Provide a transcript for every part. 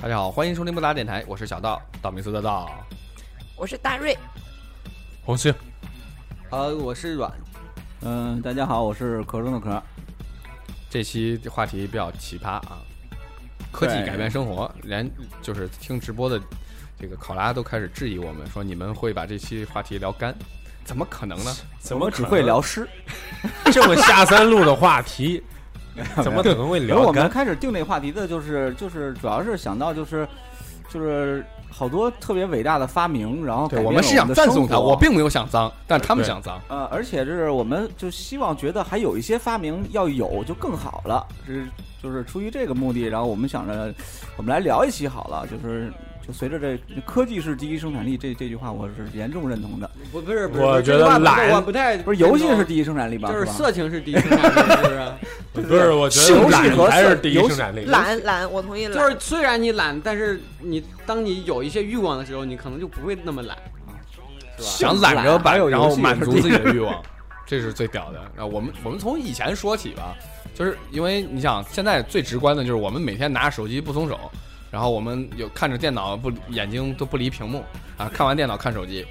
大家好，欢迎收听不打电台，我是小道，道明寺的道。我是大瑞，红星，呃，我是阮，嗯、大家好，我是壳中的壳。这期话题比较奇葩啊，科技对改变生活，连就是听直播的这个考拉都开始质疑我们，说你们会把这期话题聊干，怎么可能呢？怎我么只可能会聊诗？ 这么下三路的话题？怎么可能会然后聊我们干？开始定这话题的就是就是主要是想到就是就是好多特别伟大的发明，然后对改我变们了是想的赞生颂他，活我并没有想脏，但是他们对想脏。呃，而且就是我们就希望觉得还有一些发明要有就更好了，是就是出于这个目的，然后我们想着呃我们来聊一期好了，就是就随着这科技是第一生产力这这句话我是严重认同的，不不是，不是我不是觉得这句话不是懒我不太不是游戏是第第，一生产力吧？就是吧色情是第一生产力，是不是？不是，我觉是得游戏懒和才是色第一游生戏产力。懒懒，我同意哎就懒。是虽然你懒，但是你当你有一些欲望的时候，你可能就不会那么懒，是吧？ 想揽着把还有然后游戏满是足第自己的欲望， 这是最屌的。啊，我们我们从以前说起吧，就是因为你想，现在最直观的就是我们每天拿着手机不松手，然后我们有看着电脑不眼睛都不离屏幕啊，看完电脑看手机。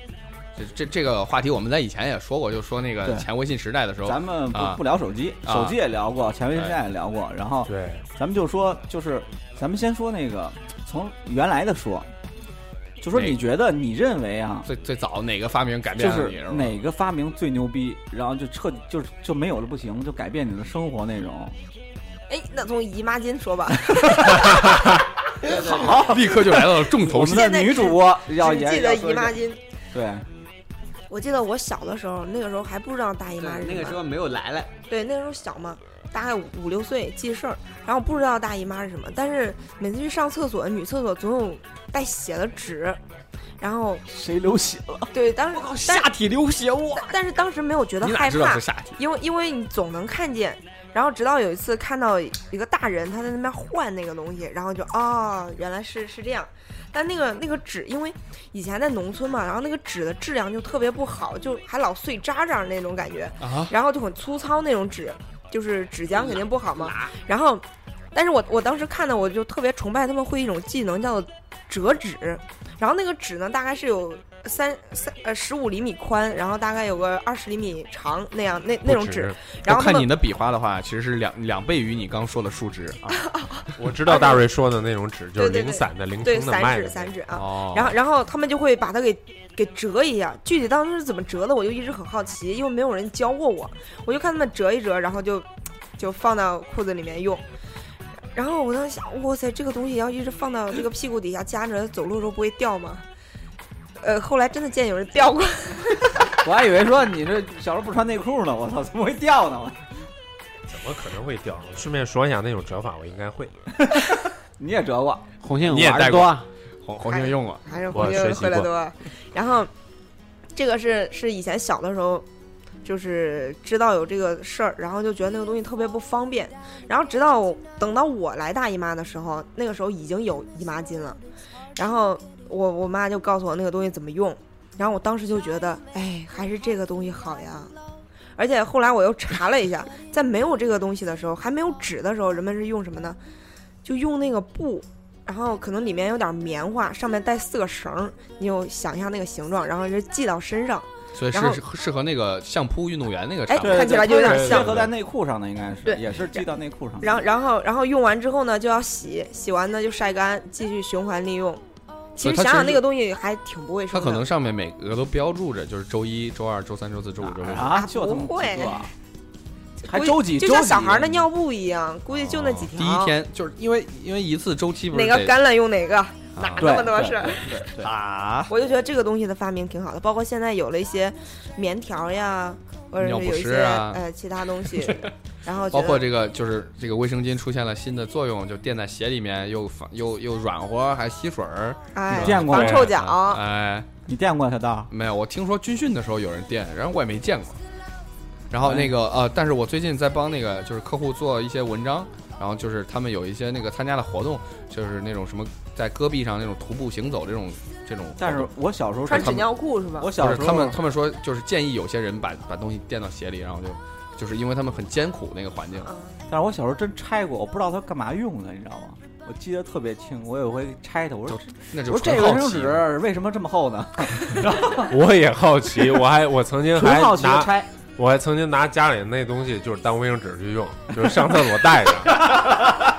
这这这个话题我们在以前也说过，就说那个对前微信时代的时候，咱们不、啊不聊手机，啊手机也聊过，前卫现在也聊过，然后对，咱们就说，就是咱们先说那个从原来的说，就说哪你觉得你认为啊，最最早哪个发明改变就了你？是是吧哪个发明最牛逼，然后就彻底就就没有了不行，就改变你的生活那种。哎，那从姨妈巾 说吧，好， 立刻就来到了重头我戏们。现的在女只主播要只也记得要说姨一妈下巾。对，我记得我小的时候，那个时候还不知道大姨对妈是什嗯那么个时候没有来来，对，那时候小嘛，大概五五六岁记事儿，然后不知道大姨妈是什么，但是每次去上厕所，女厕所总有带血的纸，然后谁流血了？对，当时哦我靠，但下体流血我。但但是当时没有觉得你哪害知道怕是，下体？因为因为你总能看见，然后直到有一次看到一个大人他在那边换那个东西，然后就哦，原来是是这样。但那个那个纸，因为以前在农村嘛，然后那个纸的质量就特别不好，就还老碎渣渣那种感觉，啊然后就很粗糙那种纸，就是纸浆肯定不好嘛。然后，但是我我当时看的我就特别崇拜他们会一种技能叫做折纸，然后那个纸呢大概是有三三呃十五厘米宽，然后大概有个二十厘米长那样那那种不纸止，然后我看你他们的笔画的话，其实是两两倍于你刚说的数值啊。 我知道大瑞说的那种纸，就对是对零散的、零对星的卖散纸的那散种。纸啊，哦，然后然后他们就会把它给。给折一下，具体当时是怎么折的，我就一直很好奇，因为没有人教过我，我就看他们折一折，然后就就放到裤子里面用。然后我当时想，哇塞，这个东西要一直放到这个屁股底下夹着，走路的时候不会掉吗？呃，后来真的见有人掉过，我还以为说你这小时候不穿内裤呢，我操，怎么会掉呢？我怎么可能会掉？顺便说一下，那种折法我应该会。你也折过，红杏你也我带耳过朵，红红星用了。还是我回学去习回来过多。然后这个是是以前小的时候，就是知道有这个事儿，然后就觉得那个东西特别不方便。然后直到等到我来大姨妈的时候，那个时候已经有姨妈巾了，然后我我妈就告诉我那个东西怎么用，然后我当时就觉得，哎，还是这个东西好呀。而且后来我又查了一下，在没有这个东西的时候，还没有纸的时候，人们是用什么呢？就用那个布，然后可能里面有点棉花，上面带四个绳儿，你就想象那个形状，然后就系到身上。所以然后是是适合那个相扑运动员那个哎场对看起来就有点贴像合在内裤上的，应该是对也是系到内裤上的。然后，然后，然后用完之后呢，就要洗，洗完呢就晒干，继续循环利用。其对它实想其实想那个东西还挺不卫生它的。可能上面每个都标注着，就是周一周二周三周四周五周六。啊，就这么不会几个啊还估计周几？就像周几小孩的尿布一样，估计就那几条。哦第一天就是因为因为一次周期不是哪个得干了用哪个，哪啊 那么多对事儿。对对对啊？我就觉得这个东西的发明挺好的，包括现在有了一些棉条呀，或者尿是不有一湿些、啊呃其 他东西，然后觉包得括这个就是这个卫生巾出现了新的作用，就垫在鞋里面又防又又软和，还吸水儿，哎见过防没臭脚。啊哎，你见过小道？没有，我听说军训的时候有人垫，然后我也没见过。然后那个哎呃，但是我最近在帮那个就是客户做一些文章，然后就是他们有一些那个参加的活动，就是那种什么在戈壁上那种徒步行走这种这种活动。但是我小时候穿他纸们尿裤是吧我？不小是时候他们他们说就是建议有些人把把东西垫到鞋里，然后就就是因为他们很艰苦那个环境，嗯，但是我小时候真拆过，我不知道它干嘛用的，你知道吗？我记得特别清，我有一回拆它，我说那我就说这纯个好卫生奇纸为什么这么厚呢？我也好奇，我还我曾经纯还好奇的拿拆，我还曾经拿家里那东西就是当卫生纸去用，就是上厕所带着。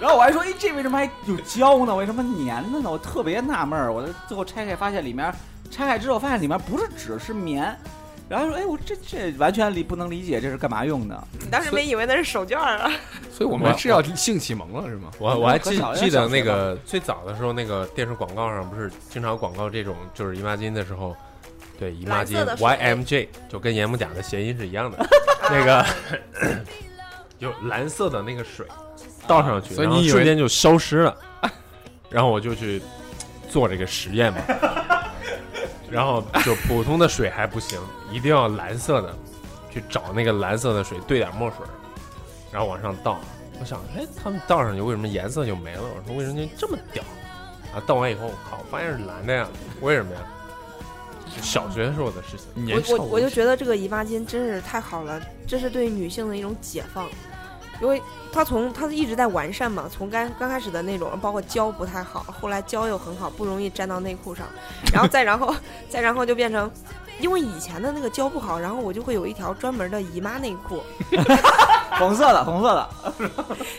然后我还说，哎，这为什么还有胶呢？为什么粘的呢？我特别纳闷儿。我就最后拆开发现里面，拆开之后发现里面不是纸是棉，然后说，哎，我这这完全理不能理解这是干嘛用的。你当时没以为那是手绢儿啊？所以我们是要性启蒙了是吗？我我还可记小了记得小学那个最早的时候，那个电视广告上不是经常广告这种就是姨妈巾的时候，对姨妈蓝巾色的水 YMJ 就跟盐木甲的谐音是 一样的，那个有蓝色的那个水倒上去，所以然后你以为瞬间就消失了。然后我就去做这个实 验嘛，然后就普通的水还不行，一定要蓝色的，去找那个蓝色的水兑点墨水，然后往上倒。我想，哎，他们倒上去为什么颜色就没了？我说卫生巾这么屌啊！倒完以后，我靠，发现是蓝的呀，为什么呀？小学时候的事情，我我我就觉得这个姨妈巾真是太好了，这是对女性的一种解放，因为它从它一直在完善嘛，从刚刚开始的那种，包括胶不太好，后来胶又很好，不容易粘到内裤 上，然后再然后再然后就变成。因为以前的那个胶不好，然后我就会有一条专门的姨妈内裤，红色的，红色的，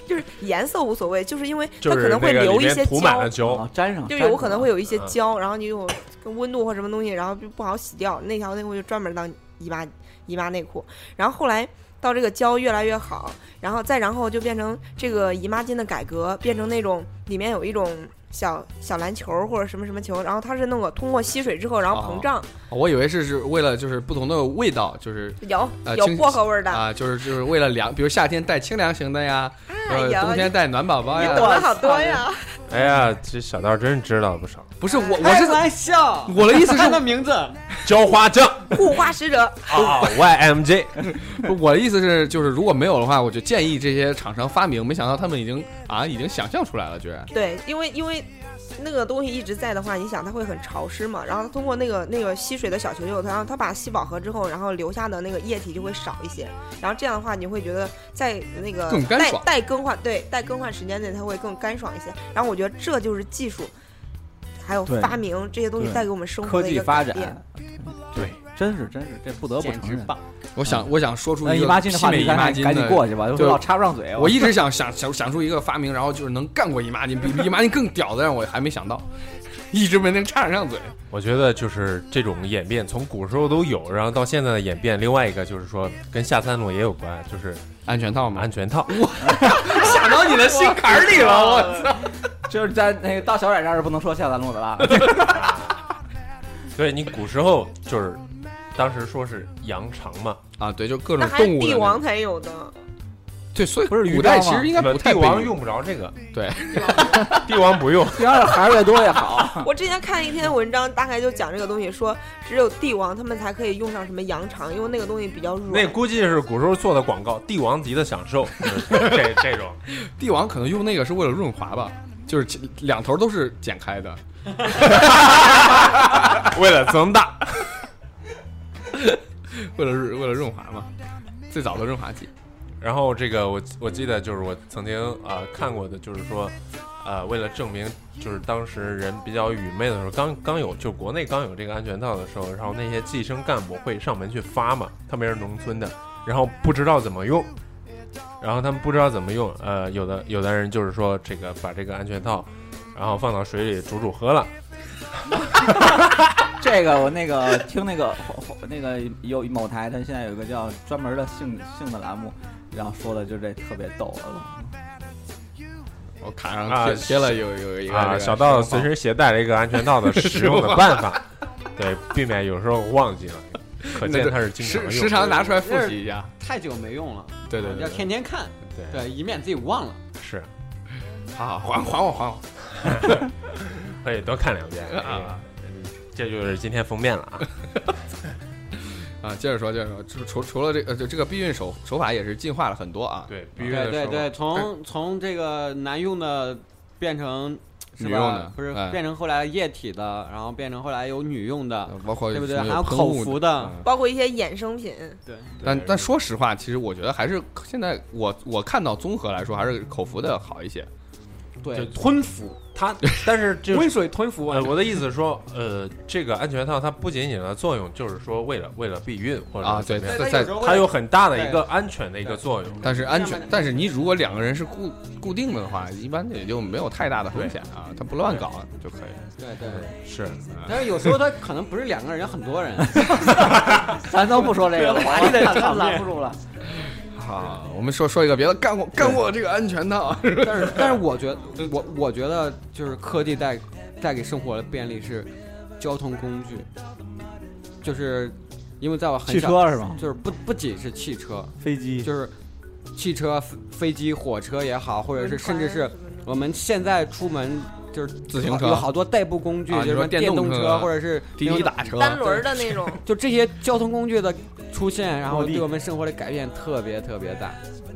就是颜色无所谓，就是因为它就可是能会那个里留一面些涂满胶了，胶，哦粘上，啊就粘上有可能会有一些嗯胶，然后你有跟温度或什么东西，然后就不好洗掉。那条内裤就专门当姨妈姨妈内裤。然后后来到这个胶越来越好，然后再然后就变成这个姨妈巾的改革，变成那种里面有一种小小篮球或者什么什么球，然后它是那个通过吸水之后，然后哦膨胀，我以为是是为了就是不同的味道，就是有呃有清薄荷味儿的。啊、就是就是为了凉，比如夏天带清凉型的呀， 哎呃呀，冬天带暖宝宝你呀啊懂，得好 多呀！哎呀，这小道真是知道不少。不是我我哎开是玩笑，我的意思是看那名字，浇花匠护花使者，啊，YMJ，不我的意思是就是如果没有的话，我就建议这些厂商发明，没想到他们已经啊已经想象出来了，居然对，因为因为那个东西一直在的话，你想它会很潮湿嘛，然后它通过那个那个吸水的小球球，然后它把吸饱和之后，然后留下的那个液体就会少一些，然后这样的话你会觉得在那个更干待爽待更换对待更换时间内它会更干爽一些，然后我觉得这就是技术。还有对发明这些东西对带给我们生活科的一技个发改展变，，对，嗯真是真是，这不得不简承直认。棒！我想我想说出那一姨个妈巾的话媲美题，姨咱妈还巾赶紧的过去吧，我就老插不上嘴。我一直想想想想出一个发明，然后就是能干过姨妈巾，比比姨妈巾更屌的，让我还没想到，一直没能插得上嘴。我觉得就是这种演变，从古时候都有，然后到现在的演变。另外一个就是说，跟下三路也有关，就是安全套吗？安全套。打到你的心坎儿里了，我操！就是在那个到小冉这儿是不能说下三路的了。对你古时候就是，当时说是羊肠嘛，啊，对，就各那种还是动物的帝那种王才有的。对，所以不是鱼古代缸其吗实应该不太帝被王用不着这个， 对，帝王不用。要是孩儿越多越好。我之前看一篇文章，大概就讲这个东西，说只有帝王他们才可以用上什么羊肠，因为那个东西比较软。那估计是古时候做的广告，帝王级的享受，就是这这种。帝王可能用那个是为了润滑吧，就是其两头都是剪开的。 为了增大，为了润为了润滑嘛，最早的润滑剂。然后这个我我记得就是我曾经啊、呃看过的，就是说，呃，为了证明就是当时人比较愚昧的时候，刚刚有就国内刚有这个安全套的时候，然后那些计生干部会上门去发嘛，特别是农村的，然后不知道怎么用，然后他们不知道怎么用，呃，有的有的人就是说这个把这个安全套，然后放到水里煮煮喝了，这个我那个听那个那个有某台，它现在有一个叫专门的性性的栏目，然后说的就这特别逗了。我卡上贴、啊贴了有有一个、啊，小道随身携带了一个安全套的使用的办法，对，避免有时候忘记了。可见他是经常时时用，常拿出来复习一下。太久没用了，对对对要对，天天看，对对，以免自己忘了。是好好还还我还我。可以多看两遍啊啊。嗯这就是今天封面了 啊！啊，接着说，接着说，除除除了这个，呃就这个避孕手手法也是进化了很多啊。对，避孕对的对时候对，从从这个男用的变成是女吧？用的不是、哎变成后来液体的，然后变成后来有女用的，啊包括对不对？什么还有喷口雾服的。啊的，包括一些衍生品，对，但但说实话，其实我觉得还是现在我我看到综合来说，还是口服的好一些。对就吞服，它，但是这温水吞服啊呃，我的意思是说，呃，这个安全套它不仅仅的作用就是说为了为了避孕或者啊怎么对样在在它有很大的一个安全的一个作用。但是安全，但是你如果两个人是固固定的话，一般也就没有太大的风险啊，他不乱搞就可以。对对。是，嗯但是有时候他可能不是两个人，有很多人。咱都不说这个了，我还得看拦不住了。好，啊我们说说一个别的，干过干过这个安全套，但是但是我觉得我我觉得就是科技带带给生活的便利是交通工具，就是因为在我很汽小车是吗？就是不不仅是汽车，飞机就是汽车、飞飞机、火车也好，或者是轮甚船至是什么的我们现在出门就是 自行车有好多代步工具，啊就你是说电电动车车或者是滴滴打车，单轮儿的那种，就这些交通工具的出现，然后落地对我们生活的改变特别特别大。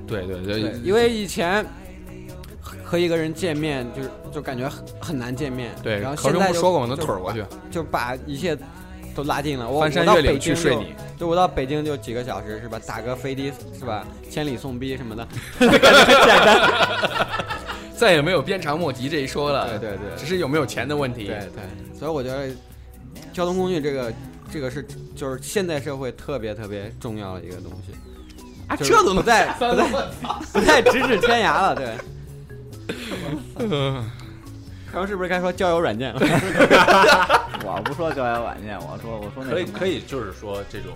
对对对，对，因为以前和和一个人见面，就是就感觉很很难见面。对然后，可现是在不就说过吗？能就腿儿过去，就把一切都拉近了。我翻山我到越北岭京去睡就你，就我到北京就几个小时是吧？打个飞的是吧？千里送逼什么的。再也没有鞭长莫及这一说了。对对对呃只是有没有钱的问题。对对，所以我觉得交通工具这个这个是就是现代社会特别特别重要的一个东西。啊，就是这都不能再不再不再咫尺天涯了，对。然后是不是该说交友软件了？我不说交友软件，我说我说那可以什么可以，就是说这种，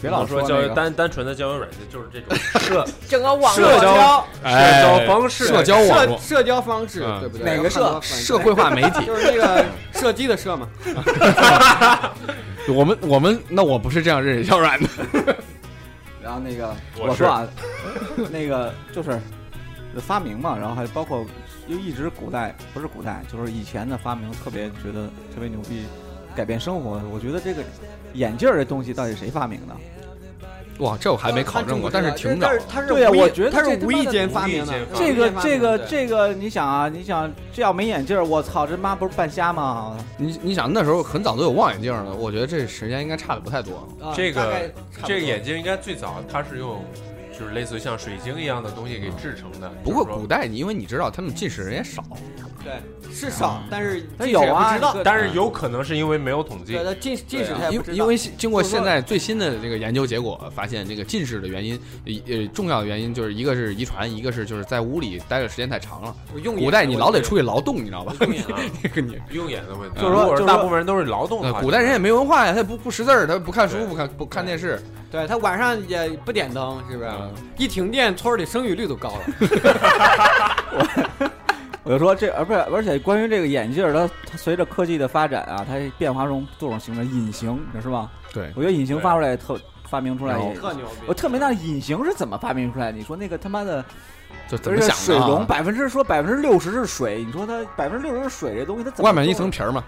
别老不说说交那友个单单纯的交友软件，就是 这种社整个网社络交哎社交方式，社交网社络，社交方式嗯对不对？哪个有很多社方式社会化媒体。就是那个射击的射嘛。我们我们那我不是这样认识小软的，然后那个我我说啊，那个就是发明嘛，然后还包括又一直古代不是古代，就是以前的发明特别觉得特别牛逼，改变生活。我觉得这个眼镜儿这东西到底谁发明的？哇，这我还没考证过，但是挺早但的是。他是对啊无意我觉得他这是他无妈意的间无发意明的间。发无意这明个间发这明个的对这个，你想啊，你想这要没眼镜儿，我操，这妈不是半瞎吗？你你想那时候很早都有望远镜了，我觉得这时间应该差的不太多。啊这大概个差不多这个眼镜应该最早它是用就是类似于像水晶一样的东西给制成的。嗯不过就是说古代你因为你知道他们近视人也少，对是少，但是他近有视也不啊知道，但嗯是有可能是因为没有统计 对，他近近视因他也因不知道啊因为现经过现在最新的这个研究结果，发现这个近视的原因，呃，重要的原因就是一个是遗传，一个是就是在屋里待的时间太长了。我用眼古代你老得我出去劳动，你知道吧？用眼啊，你用眼的问题。就是说如果就是大说部分人都是劳动的呃话，古代人也没文化呀，他也不不识字儿，他不看书，对不看不看电视，对他晚上也不点灯，是不是嗯？一停电，村儿里生育率都高了。我就说这，而不是，而且关于这个眼镜儿，它它随着科技的发展啊，它变化中各种形状，隐形是吧？对，我觉得隐形发出来特发明出来然后也特牛我逼！特没纳隐形是怎么发明出来的？你说那个他妈的，就怎而么且想水的龙啊？百分之说百分之六十是水，你说它百分之六十是水这东西，它怎么外面一做层皮儿嘛，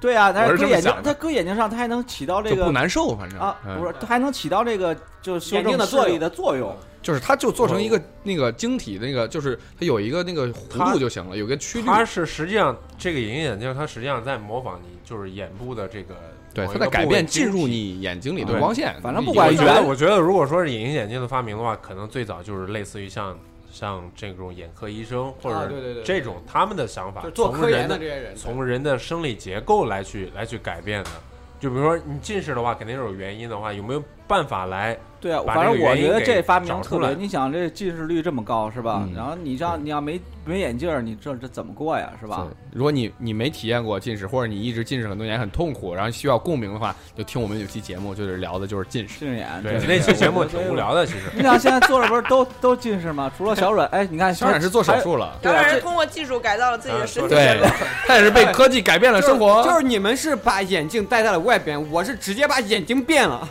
对啊，它我是搁这么眼睛想，的它搁眼睛上，它还能起到这就不个难受，反正啊，嗯不是，它还能起到这个就是修眼睛正的作视力用的作用。就是它就做成一个那个晶体，那个就是它有一个那个弧度就行了，有个曲率，它是实际上这个隐形眼镜，它实际上在模仿你就是眼部的这个对，某它一在个改部位变晶进入体。你眼睛里的对光线。反正你不管我就觉会原得，我觉得如果说是隐形眼镜的发明的话，可能最早就是类似于像像这种眼科医生或啊对对者对这种他们的想法就是，做从科研人的的这些人，从人的生理结构来去来去改变的。就比如说你近视的话，肯定是有原因的话，有没有办法来？对啊，把反这正个我原因觉得给这发明找特出别，来你想这近视率这么高是吧？嗯然后你这样你要没没眼镜儿，你这这怎么过呀是吧？对如果你你没体验过近视，或者你一直近视很多年很痛苦，然后需要共鸣的话，就听我们有期节目，就是聊的就是近视。近视眼对，这那期个节目我觉得挺无聊的，其实。 你想现在坐着不是都都近视吗？除了小阮，哎，你看小冉是做手，术了，对当啊然这是通过技术改造了自己的身体还对结构。，他也是被科技改变呃了生活。就是你们是把眼镜戴在了外边，我是直接把眼睛变了。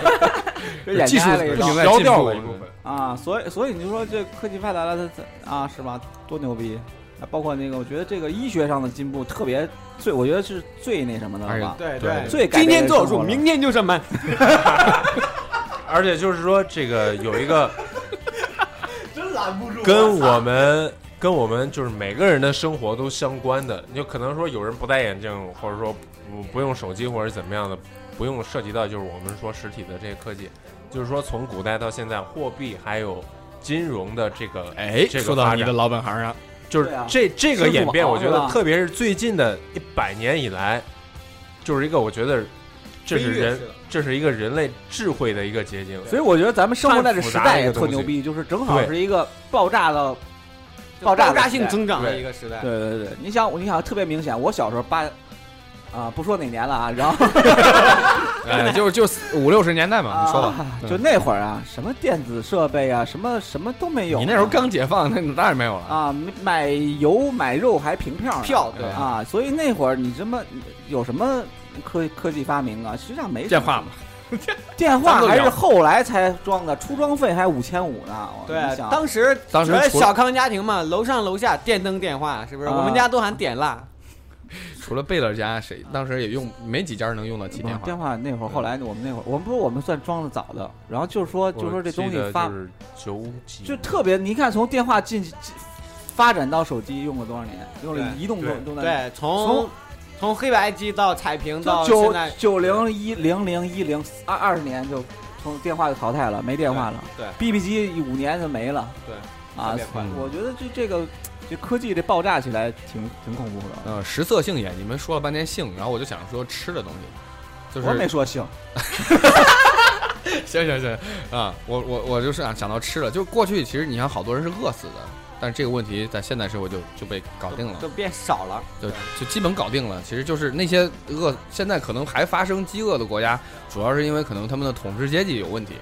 还这眼技睛术还了一不道停在消进掉步了一部分。啊，所以所以你就说这科技发达了，它它啊是吧？多牛逼！啊，包括那个，我觉得这个医学上的进步特别最，我觉得是最那什么的哎了呀吧？对对对最改变今天人做生术，活了明天就上班。而且就是说，这个有一个真拦不住，跟我们跟我们就是每个人的生活都相关的。你就可能说有人不戴眼镜，或者说不不用手机，或者怎么样的，不用涉及到就是我们说实体的这些科技，就是说从古代到现在，货币还有金融的这个哎，这个说到发你展的老本行上，就是对啊这、这个演变，支付宝我觉得是吧特别是最近的一百年以来，就是一个我觉得这是飞跃人式的这是一个人类智慧的一个结晶。所以我觉得咱们生活在这太复时杂代了也这个特东西牛逼，就是正好对是一个爆炸的爆炸爆的炸时性代增长的对一个时代。对对对，你想，你想特别明显，我小时候八啊，不说哪年了啊，然后哎，就是就是五六十年代嘛，你说吧。啊嗯就那会儿啊，什么电子设备啊，什么什么都没有啊。你那时候刚解放，那当然没有了。啊，买油买肉还凭票呢票对啊啊，所以那会儿你这么有什么科科技发明啊？实际上没什么电话嘛， 电咱话们还聊是后来才装的，出装费还五千五呢。我对你，想当时啊当时主要是除小康家庭嘛，楼上楼下电灯电话，是不是？啊我们家都喊点蜡，除了贝勒家，谁当时也用没几家能用到起不是电话电。话那会儿，后来我们那会儿，我们不是我们算装的早的，然后就是说，就是说这东西发就是九几，就特别，你看从电话进进发展到手机用了多少年？用了对移动对用嗯用了对，从从黑白机到彩屏到就现九在，九零一零零一零二二十年就从电话就淘汰了，没电话了。对对 b b 机五年就没了。对，啊特别快，我觉得这这个这科技这爆炸起来挺挺恐怖的。呃，食色性也，你们说了半天性，然后我就想说吃的东西，就是我没说性， 行行行啊，我我我就是想想到吃的，就过去其实你看好多人是饿死的，但是这个问题在现代社会就就被搞定了都，变少了。就就基本搞定了。其实就是那些饿，现在可能还发生饥饿的国家，主要是因为可能他们的统治阶级有问题。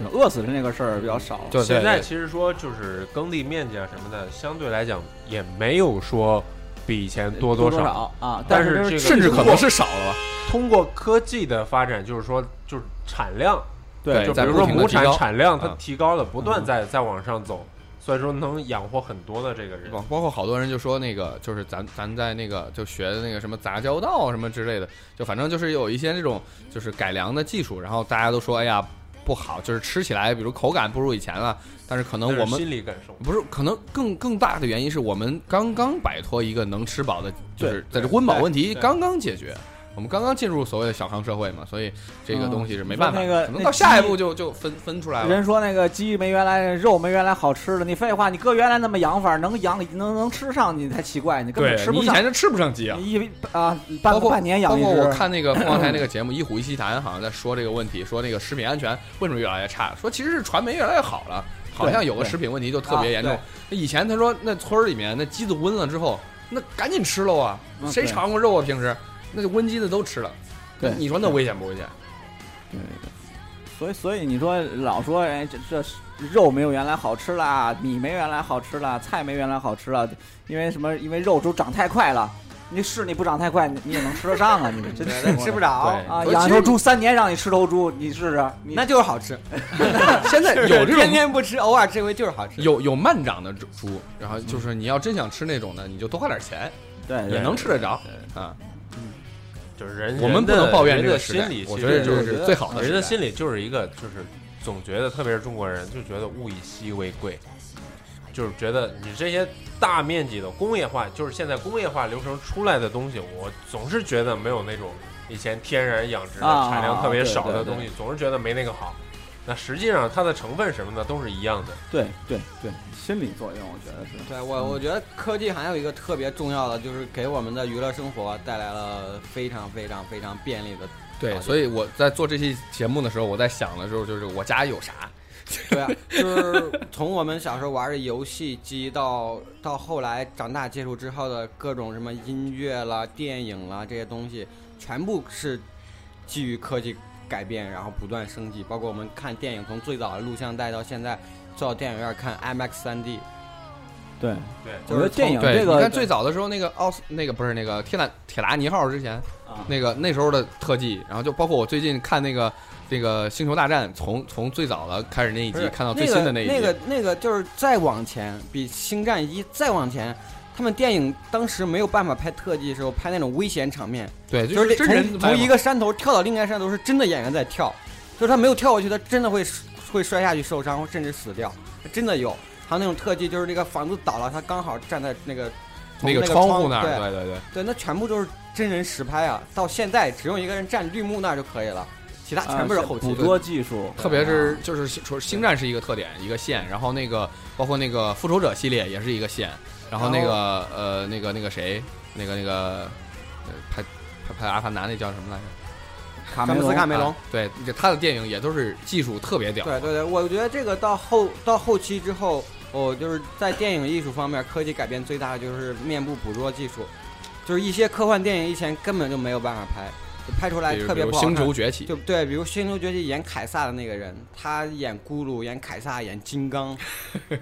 就是饿死人这个事儿比较少。对对现在对，其实说就是耕地面积啊什么的，相对来讲也没有说比以前多多少。少啊？但是是就这个甚至可能是少了吧。通过科技的发展，就是说就是产量，对就比在如不说停地亩提产高产量它嗯提高了，不断在在往上走，所以说能养活很多的这个人。包包括好多人就说那个，就是咱咱在那个就学的那个什么杂交道什么之类的，就反正就是有一些这种就是改良的技术，然后大家都说哎呀不好，就是吃起来比如口感不如以前了，但是可能那是我们心理感受，不是可能更更大的原因是我们刚刚摆脱一个能吃饱的，就是在这温饱问题对刚刚解决。我们刚刚进入所谓的小康社会嘛，所以这个嗯东西是没办法的，你说那个可能那到下一鸡步就就分分出来了。人说那个鸡没原来肉没原来好吃了，你废话，你搁原来那么养法，能养能能吃上你才奇怪，你根对本吃你不以上。前是吃不上鸡啊，你以为啊，包半括半年养一包括我只，看那个凤凰台那个节目《一虎一席谈》，好像在说这个问题，说那个食品安全为什么越来越差，说其实是传媒越来越好了，好像有个对食品问题就特别严重啊。那以前他说那村儿里面那鸡子温了之后，那赶紧吃喽啊，嗯谁对尝过肉啊？平时那就温鸡的都吃了。对你说那危险不危 险？所以所以你说老说哎这这肉没有原来好吃啦，米没原来好吃啦，菜没原来好吃了，因为什么？因为肉都长太快了，你是你不长太快，你你也能吃得上啊？你这真是对吃不着对，啊！所以养一其头实猪三年让你吃头猪，你试试，你那就是好吃。现在 有这 天种。天不吃，偶尔吃一回就是好吃。有有慢长的猪，然后就是你要真想吃那种的，你就多花点钱，对哎对也能吃得着啊。就是人我们不能抱怨这个时代人的心理，，我其觉实得这我觉是得最好的时代。人的心理就是一个，就是总觉得，特别是中国人，就觉得物以稀为贵，就是觉得你这些大面积的工业化，就是现在工业化流程出来的东西，我总是觉得没有那种以前天然养殖的啊产量特别少对的对对东西，总是觉得没那个好。那实际上它的成分什么的都是一样的，对对对，心理作用我觉得是。对我，我觉得科技还有一个特别重要的，就是给我们的娱乐生活带来了非常非常非常便利的。对，好所以我在做这期节目的时候，我在想的时候，就是我家有啥？对啊，就是 从我们小时候玩的游戏机到到后来长大接触之后的各种什么音乐啦、电影啦这些东西，全部是基于科技改变，然后不断升级。包括我们看电影，从最早的录像带到现在坐到电影院看 IMAX 3D，对，对，我就觉是得电影从对，这个你看最早的时候，那个奥斯，那个不是那个铁达铁达尼号之前，啊那个那时候的特技，然后就包括我最近看那个这个《星球大战》，从从最早的开始那一不集是看到最新的那一个集，那个那个就是再往前，比《星战一》再往前，他们电影当时没有办法拍特技的时候拍那种危险场面，对，就是是真从人拍从嘛一个山头跳到另一个山头，是真的演员在跳，就是他没有跳过去，他真的会会摔下去受伤，或甚至死掉，真的有。还有那种特技，就是那个房子倒了，他刚好站在那个从那个个窗户那那儿，对对对对，对，那全部都是真人实拍啊！到现在只用一个人站绿幕那儿就可以了，其他啊全部是后期。呃捕捉技术，特别是啊就是说星战是一个特点，一个线，然后那个包括那个复仇者系列也是一个线，然后那个呃那个那个谁，那个那个呃拍拍拍阿凡达那叫什么来着？卡梅詹姆斯隆卡梅隆啊，对，这他的电影也都是技术特别屌，对对对，我觉得这个到后到后期之后，哦，就是在电影艺术方面，科技改变最大的就是面部捕捉技术，就是一些科幻电影以前根本就没有办法拍，就拍出来比如哎特别比如不好星看。球崛起，就对，比如《星球崛起》演凯撒的那个人，他演咕噜，演凯撒，演 金刚，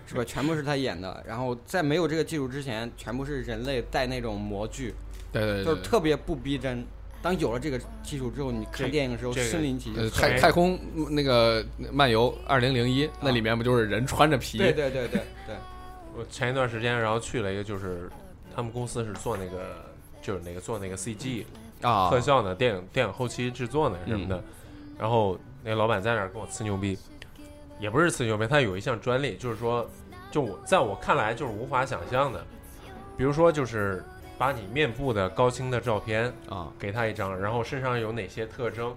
是吧？全部是他演的。然后在没有这个技术之前，全部是人类带那种模具，对对对，就是特别不逼真。当有了这个技术之后，你看这电影的时候这个身临其境呃，。太太空那个漫游二零零一那里面不就是人穿着皮啊对对对对对，我前一段时间然后去了一个，就是他们公司是做那个，就是那个做那个 CG 啊特效呢，电影电影后期制作呢什么的。然后那个老板在那儿跟我呲牛逼，也不是呲牛逼，他有一项专利，就是说，就我在我看来就是无法想象的，比如说就是把你面部的高清的照片啊给他一张，然后身上有哪些特征，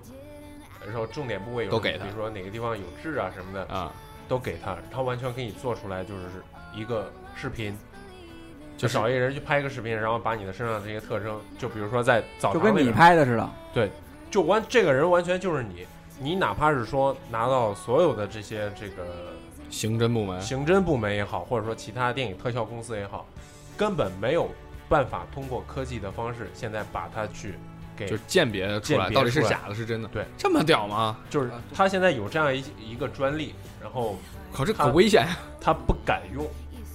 然后重点部位有都给他比如说哪个地方有痣啊什么的，啊，都给他，他完全给你做出来就是一个视频。就就是找一个人去拍一个视频，然后把你的身上的这些特征，就比如说在澡啊就堂跟那你个拍的似的，就完这个人完全就是你，你哪怕是说拿到所有的这些这个刑侦部门刑侦部门也好，或者说其他电影特效公司也好，根本没有办法通过科技的方式，现在把它去给，就就是鉴别出来鉴别到底是出来假的是真的，对，这么屌吗？是他现在有这样一一个专利，然后靠，这他可危险！他不敢用，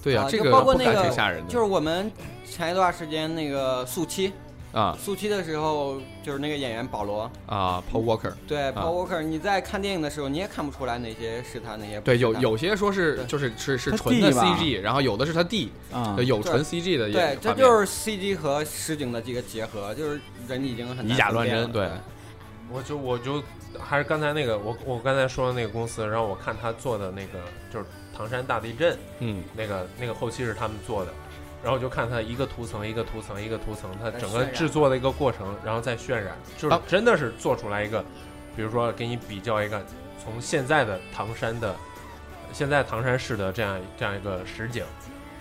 对呀、啊这就个包括不那敢个挺吓人的，就是我们前一段时间那个速七，啊速七的时候就是那个演员保罗，啊，Paul Walker，对 Paul Walker，你在看电影的时候你也看不出来哪些是他，哪些不对，是有他有些说是对嗯就是是是他纯的弟吧 CG，然后有的是他弟，啊对，有对纯 CG 的也对，这画面就是 CG 和实景的这个结合，就是人已经很以假乱真，对对，我就我就还是刚才那个我我刚才说的那个公司，然后我看他做的那个就是唐山大地震。嗯，那个那个后期是他们做的，然后就看它一个涂层一个涂层一个涂层，它整再渲个染制作的一个过程，然后再渲染，就是啊真的是做出来一个，比如说给你比较一个从现在的唐山的现在唐山市的这样这样一个实景，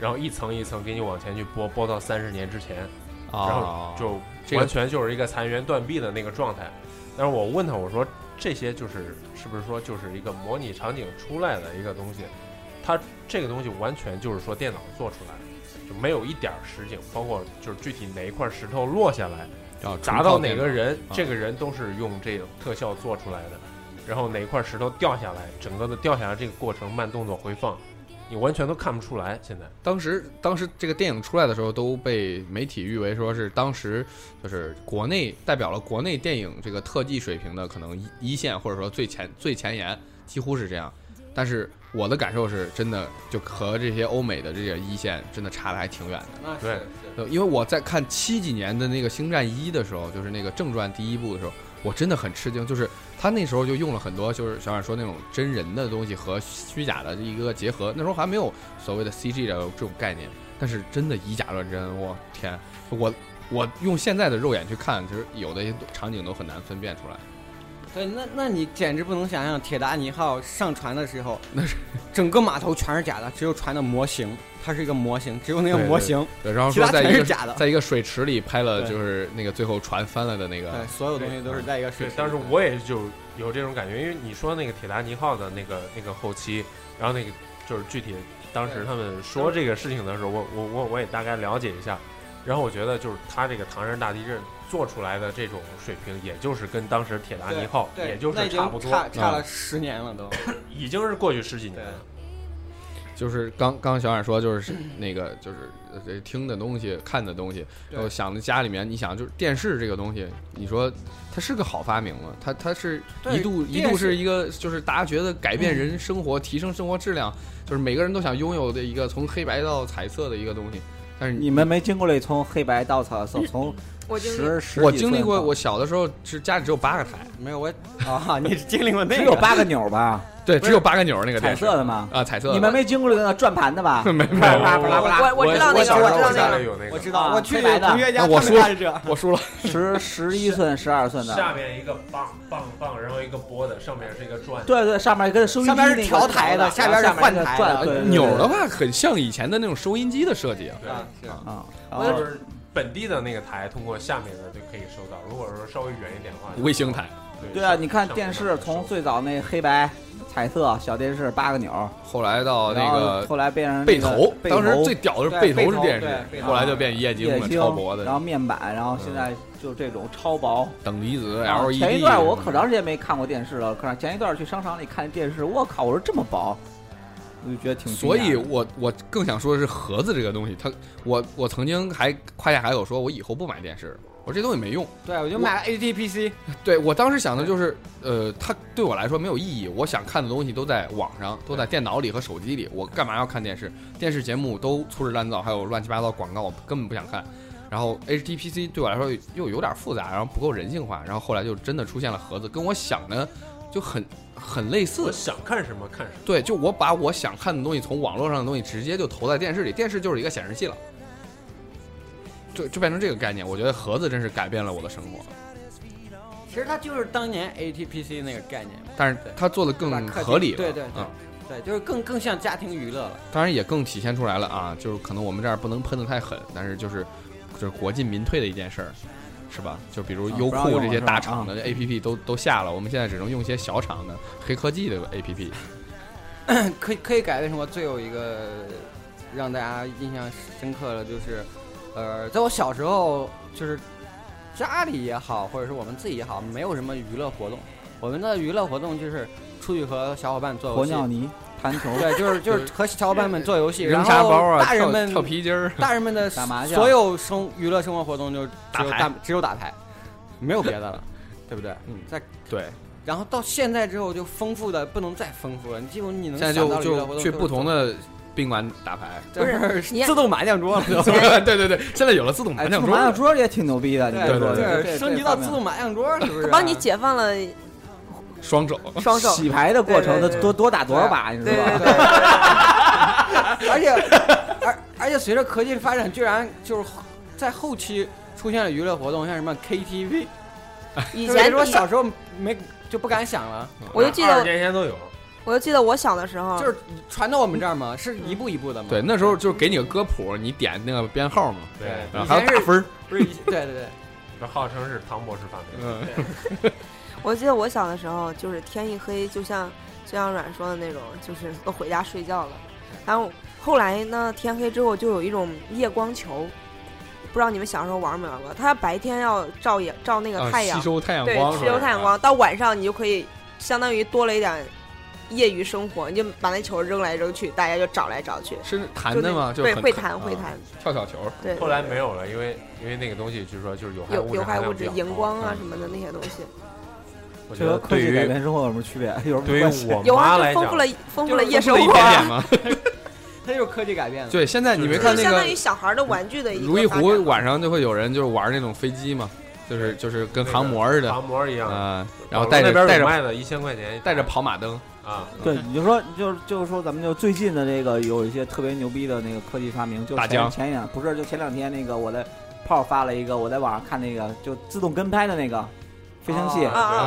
然后一层一层给你往前去播，播到三十年之前，然啊后，就这个完全就是一个残垣断壁的那个状态。但是我问他，我说这些就是是不是说就是一个模拟场景出来的一个东西？它这个东西完全就是说电脑做出来的，就没有一点儿实景，包括就是具体哪一块石头落下来要砸到哪个人，啊这个人都是用这种特效做出来的。然后哪一块石头掉下来，整个的掉下来这个过程慢动作回放，你完全都看不出来。现在当时当时这个电影出来的时候，都被媒体誉为说是当时就是国内代表了国内电影这个特技水平的可能一一线，或者说最前最前沿，几乎是这样。但是我的感受是真的，就和这些欧美的这些一线真的差的还挺远的。那是对是呃因为我在看七几年的那个《星战一》的时候，就是那个正传第一部的时候，我真的很吃惊，就是他那时候就用了很多就是小冉说那种真人的东西和虚假的一个结合，那时候还没有所谓的 CG 的这种概念，但是真的以假乱真，我天，我我用现在的肉眼去看，其实有的一些场景都很难分辨出来。对，那那你简直不能想象铁达尼号上船的 时候，那是整个码头全是假的，只有船的模型，它是一个模型，只有那个对对模型，对，然后其说他在全一是个假的。在一个水池里拍了，对就是那个最后船翻了的那个，对，所有东西都是在一个水对池，里。但是我也就有这种感觉，因为你说那个铁达尼号的那个那个后期，然后那个就是具体当时他们说这个事情的时候，我我我我也大概了解一下，然后我觉得就是他这个唐山大地震做出来的这种水平，也就是跟当时铁达尼号对，也就那是已经差不嗯多，嗯差差了十年了都。已经是过去十几年了。就是刚刚小冉说，就是那个就是呃听的东西、看的东西，对然后想的家里面，你想就是电视这个东西，你说它是个好发明吗？它它是对一度一电度视是一个就是大家觉得改变人生活、提升生活质量，就是每个人都想拥有的一个从黑白到彩色的一个东西。但是你们没经过那从黑白到彩色，从嗯我经历十十我几经历岁过，吧我小的时候是家里只有八个台， 没有我啊，你是经历过那个？只有八个钮儿吧，对，只有八个钮儿那个彩电视色的吗？啊，彩色的。你们没经过那个转盘的吧？ 没没有？我我我知道那我个，小时候我我知家道那里个。有那我个。知道，啊我去黑白的同学家，那我他输们家是这样我输了，十十一寸、十二寸的，下面一个棒棒棒，然后一个拨的，上面是一个转的。对对，上面跟收音机上边是那个调台的的，下边是然后换那个台转的对对对钮儿的话很像以前的那种收音机的设计啊。对， 啊，是啊，然然后就后是本地的那个台通过下面的就可以收到，如果说稍微远一点的话，卫星台，对啊，上你看电视从最早那黑白、彩色小电视八个钮儿，后来到然那后个后来变成那个背头，背当时头最屌的是对背背头头是电对背视，头后来就变液晶液了，晶超薄然的嗯后面板，然后现在就这种超薄。等离子 E 啊 LED。前一段我可嗯长时间没看过电视了，可是前一段去商场里看电视，我靠，我说这么薄，我就觉得挺惊讶所以我我更想说的是盒子这个东西，它我我曾经还夸下海口说，我以后不买电视了，我说这东西没用。对，我就买了 ATPC，对我当时想的就是，呃，它对我来说没有意义。我想看的东西都在网上，都在电脑里和手机里，我干嘛要看电视？电视节目都粗制滥造，还有乱七八糟广告，我根本不想看。然后 HTPC 对我来说又有点复杂，然后不够人性化，然后后来就真的出现了盒子，跟我想的就很很类我似。想看什么看什么。对，就我把我想看的东西从网络上的东西直接就投在电视里，电视就是一个显示器了，就就变成这个概念。我觉得盒子真是改变了我的生活。其实它就是当年 ATPC 那个概念，但是它做的更合理了，对对对嗯，对，就是更更像家庭娱乐了。 当然也更体现出来了啊，就是可能我们这儿不能喷的太狠，但是就是就是国进民退的一件事儿，是吧？就比如啊优不让酷用这了些是吧大厂啊的 APP 都都下了，我们现在只能用一些小厂的黑科技的 APP。可以可以改为什么？最有一个让大家印象深刻的就是，呃，在我小时候，就是家里也好，或者是我们自己也好，没有什么娱乐活动。我们的娱乐活动就是出去和小伙伴做游鸵戏，鸟泥、弹球、 对，就是就是和小伙伴们做游戏，扔然沙包后啊，大人们跳跳皮筋儿，大人 们的打麻将所有生娱乐生活活动就只有打牌打只有打牌，没有别的了，对不对？嗯在对，然后到现在之后就丰富的不能再丰富了，你基本你能现在就想到的娱乐活就动去都是不同这的宾馆打 牌。 不是你自动麻将桌了，都对对对，现在有了自哎动麻将桌麻，将桌也挺牛逼的，你对说对这对，升级到自哦动麻将桌，是不是？它 帮你解放了双 手。双手，洗牌的过程，对对那对多多打多少把，你对知道对吧？对，而且而而且随着科技的发展，居然就是在后期出现了娱乐活动，像什么 KTV，以就是前说小时候没就不敢想了，我就记得二十年前都有，我就记得我小的时候，就是传到我们这儿嘛，是一步一步的嘛。对，那时候就是给你个歌谱，你点那个编号嘛，对，然以后还前有打是分儿。不是一对对对，那号称是唐博士发明的。嗯，我记得我小的时候，就是天一黑，就像就像阮说的那种，就是都回家睡觉了。然后后来呢，天黑之后就有一种夜光球，不知道你们小时候玩没玩过？它白天要照也照那个啊太阳，吸收太阳对，光，吸收太阳光，到晚上你就可以相当于多了一点业余生活，你就把那球扔来扔去，大家就找来找去，是弹就的那吗？就对，很会可弹会啊弹，跳小球。对。后来没有了，因为因为那个东西据说就是有害有有害物物质质、含量比较高嗯荧光啊什么的那些东西，我觉这得和科对技改于变生活有什么区别？有什么对于关系？ 我有妈啊，就来丰富讲了，丰富了夜生一活点点 啊，吗？它就是科技改变了。对，现在你没就看就那相当个于小孩儿的玩具的一个如意发展湖晚上就会有人就是玩那种飞机嘛，就是就是跟那航个模似的啊、航模一样的，然后带着那边带有着卖的，一千块钱带着跑马灯，啊，对，你就说，你就就是说，咱们就最近的这个有一些特别牛逼的那个科技发明，就打前浆前两不是就前两天那个我在炮发了一个，我在网上看那个就自动跟拍的那个飞行器，啊啊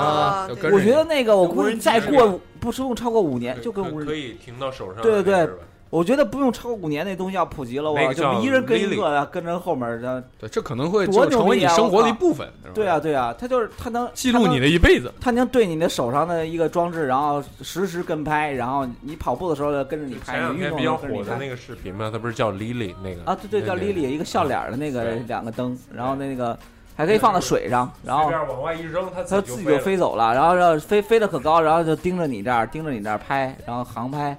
啊就！对跟我着你觉得那个我就无估计人机再是过吧五不是用超过五哎年就跟可无可人，以停到手上的对对位对置吧，我觉得不用超过五年那东西要普及了，我那个就叫一人跟一 Lily 个跟着后面的，对，这可能会多就成为你牛逼啊生我活的一靠部分。是吧对啊，对啊，它就是它能记它录能你的一辈子。它能对你的手上的一个装置，然后实时跟拍，然后你跑步的时候跟着你就前拍，两你运天动的比时较候跟着你火的拍。那个视频嘛，它不是叫 Lily 那个啊，对对，叫那个 Lily，一个笑脸儿的那个对两个灯，然后对那个还可以放到水上，然后随便往外一扔，它哦它自自己己就飞了。飞走了，然后让飞飞得可高，然后就盯着你这儿，盯着你这儿拍，然后航拍。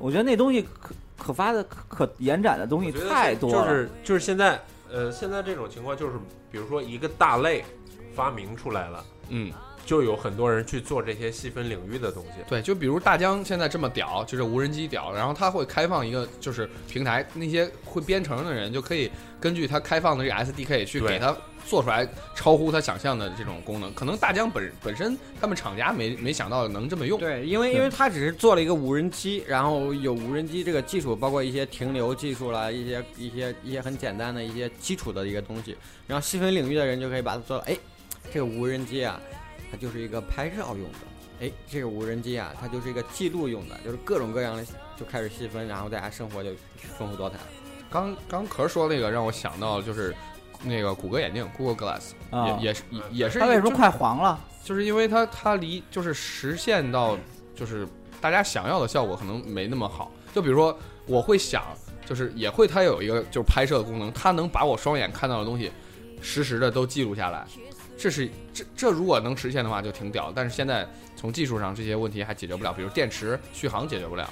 我觉得那东西可可发的可可延展的东西我觉得太是多就了。是就是现在，呃，现在这种情况就是，比如说一个大类发明出来了，嗯，就有很多人去做这些细分领域的东西。对，就比如大疆现在这么屌，就是无人机屌，然后它会开放一个就是平台，那些会编程的人就可以根据它开放的这个 SDK 去对给它做出来超乎他想象的这种功能。可能大疆本本身他们厂家没没想到能这么用。对，因为因为它只是做了一个无人机，然后有无人机这个技术，包括一些停留技术啦，一些一些一些很简单的一些基础的一个东西，然后细分领域的人就可以把它做了。哎，这个无人机啊，它就是一个拍照用的。哎，这个无人机啊，它就是一个记录用的，就是各种各样的就开始细分，然后大家生活就丰富多彩了。刚刚壳说那个让我想到就是那个谷歌眼镜 Google Glass，、啊，也也是也也是他为什就么快黄了？就是因为它它离就是实现到就是大家想要的效果可能没那么好。就比如说，我会想，就是也会它有一个就是拍摄的功能，它能把我双眼看到的东西实时的都记录下来。这是这这如果能实现的话就挺屌，但是现在从技术上这些问题还解决不了，比如电池续航解决不了，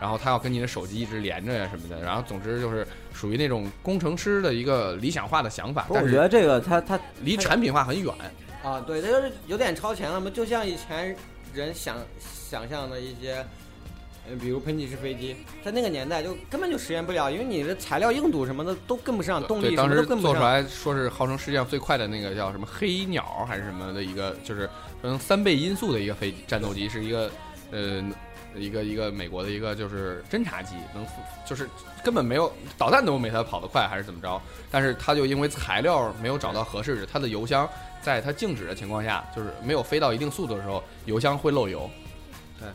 然后它要跟你的手机一直连着呀什么的，然后总之就是属于那种工程师的一个理想化的想法，不是但我觉是得这个他他离产品化很远。啊，对，它就是有点超前了嘛，就像以前人想想象的一些，呃，比如喷气式飞机，在那个年代就根本就实现不了，因为你的材料硬度什么的都跟不上，动对，力当什么时都跟不做出上。来说是号称世界上最快的那个叫什么黑鸟还是什么的一个，就是嗯三倍音速的一个飞机战斗机，是一个呃一个一个美国的一个就是侦察机，能就是根本没有导弹都没它跑得快还是怎么着，但是它就因为材料没有找到合适的，它的油箱在它静止的情况下，就是没有飞到一定速度的时候，油箱会漏油。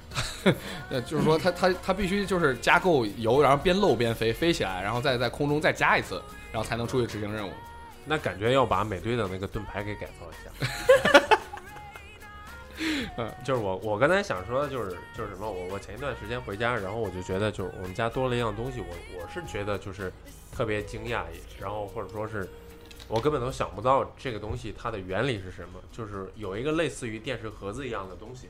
呃，就是说它它它必须就是加够油，然后边漏边飞，飞起来，然后再在空中再加一次，然后才能出去执行任务。那感觉要把美队的那个盾牌给改造一下。嗯， 就是我，我刚才想说的就是就是什么，我我前一段时间回家，然后我就觉得就是我们家多了一样东西，我我是觉得就是特别惊讶，然后或者说是我根本都想不到这个东西它的原理是什么，就是有一个类似于电视盒子一样的东西。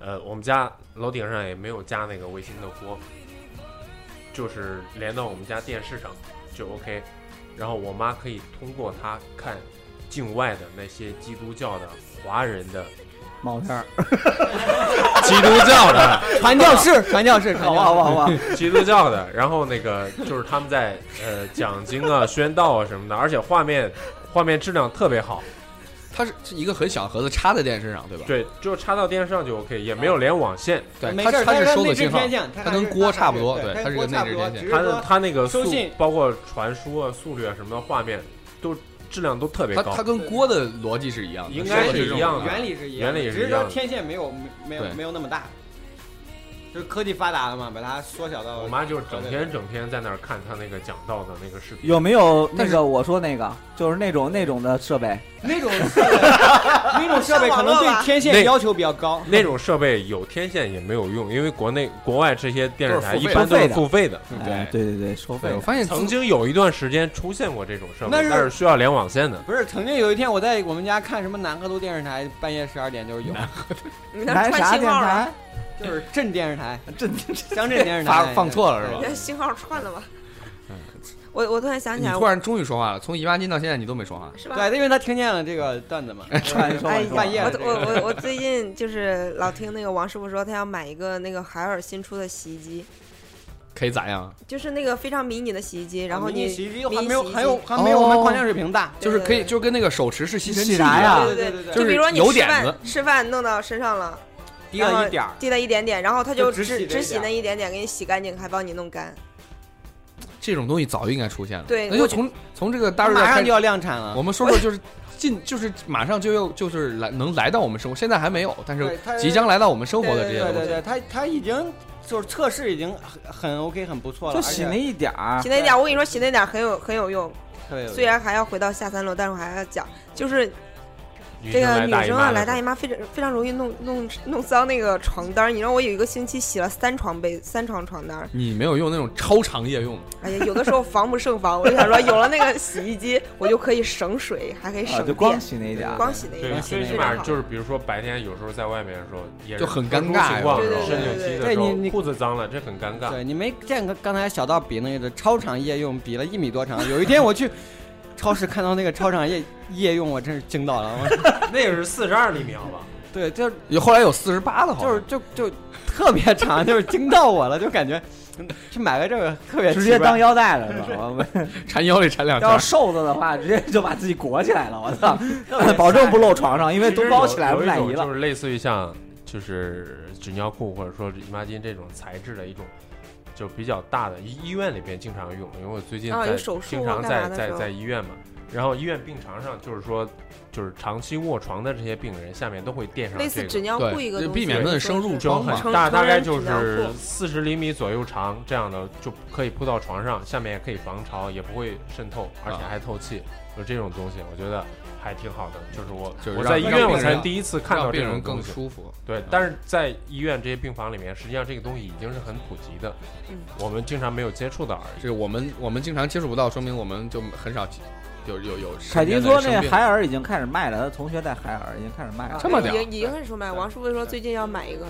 呃，我们家楼顶上也没有加那个卫星的锅，就是连到我们家电视上就 OK。然后我妈可以通过它看境外的那些基督教的华人的毛 片儿，基督教的传教士，传教 士，好吧好吧好吧， 基督教的，然后那个就是他们在呃讲经啊、宣道啊什么的，而且画面画面质量特别好，它是是一个很小的盒子插在电视上，对吧？对，就插到电视上就 OK，也没有连网线，对，没它事儿它它是跟收内的置信号天线，它它还跟是锅大差不概多，对它它跟是一锅个差内置不天多线只。是它的说它那个收速信包括传输啊、速率啊什么的，画面都质量都特别它高它。跟锅的逻辑是一样的，应收该的是这种一样的原理是一样的，哎原理是只一是样说的天线没有没有对没有那么大，就是科技发达了嘛，把它缩小到我妈就是整天整天在那儿看她那个讲道的那个视频。有没有那但是个我说那个就是那种那种的设备？那种设 备，那种设备可能对天线那要求比 较高。那种设备有天线也没有用，因为国内国外这些电视台都是付一费般都是付费嗯的。对哎，对对对，收费对，我的。发现曾经有一段时间出现过这种设备，那是但是需要连网线的。不是，曾经有一天我在我们家看什么南河都电视台，半夜十二点就是有，你那来串啥信电号啊了？台？就是镇电视 台、这乡镇电视发台放错了是你吧？那信号串的吧？我我突然想嗯起你来，突然终于说话了，从姨妈巾到现在你都没说话。是吧？对，因为他听见了这个 段子嘛，哎半呀，半夜我了这个我 我我最近就是老听那个王师傅说，他要买一个那个海尔新出的洗衣机，可以咋样？就是那个非常迷你的洗衣机，然后迷你你洗衣机迷还没有洗衣机还有还没有我们矿泉水瓶大，就是可以，对就跟那个手持式吸尘器洗一啥呀样，对啊对对对就比如说你就是有吃点饭子吃饭弄到身上了，低了一点儿，滴了一点点，然后它就只只洗这一只洗点那一点点，给你洗干净，还帮你弄干。这种东西早就应该出现了。对那就从从这个大它热马带开上始啊就要量产了我。们说说就是近，就是马上就要就是来能来到我们生活，现在还没有，但是对它即将来到我们生活的这对些对东对西。对，它它已经就是测试已经很很 OK 很不错了，就洗那而且一点啊儿洗，那一点，我跟你说，洗那点很有很有用。特别有虽然还要回到下三楼，但是我还要讲，就是女这生个来女大姨生妈啊的来时候大姨妈非常非常容易弄弄弄脏那个床单儿。你让我有一个星期洗了三床被三床床单儿，你没有用那种超长夜用，哎呀，有的时候防不胜防。我就想说，有了那个洗衣机，我就可以省水，还可以啊，省就电。光洗那一点儿。光洗那一对，点，最起非常码好就是比如说白天有时候在外面的时候也是就很特殊尴尬情况对对对身体对机的对时候你你裤子脏了，这很尴尬。对你没见刚刚才小道比那个超长夜用比了一米多长，有一天我去超市看到那个超长夜夜用，我真是惊到了。 我那个是四十二厘米，好吧？，对，就有后来有四十八的，好像就是就就特别长，就是惊到我了，就感觉嗯去买个这个特别直接奇怪当腰带了是吧？缠腰里缠两要条是。瘦子的话，直接就把自己裹起来了，我操 保证不露床上，因为其都实包有起来有不一赖种衣了就。是类似于像就是纸尿裤或者说是姨妈巾这种材质的一种，就比较大的医医院里边经常用，因为我最近啊在、有手术经啊常干在嘛的在时候在医院嘛，然后医院病床上就是说就是长期卧床的这些病人下面都会垫上类这似个纸尿裤对一个就东西，避免就是闷生入装啊嘛成大成大概人就纸尿是裤四十厘米左右长，这样的就可以铺到床上，下面也可以防潮，也不会渗透，而且啊还透气。就这种东西，我觉得还挺好的。就是我就是我让在医院让我病才人第一次看到让这病种人更东西。舒啊服。对，但是在医院这些病房里面，实际上这个东西已经是很普及的，嗯我们经常没有接触到而已。这个我们我们经常接触不到，说明我们就很少有有有。凯迪说那海还尔已经开始卖了，他同学在海尔已经开始卖了这，么屌已经已经开始说卖。王师傅说最近要买一 个，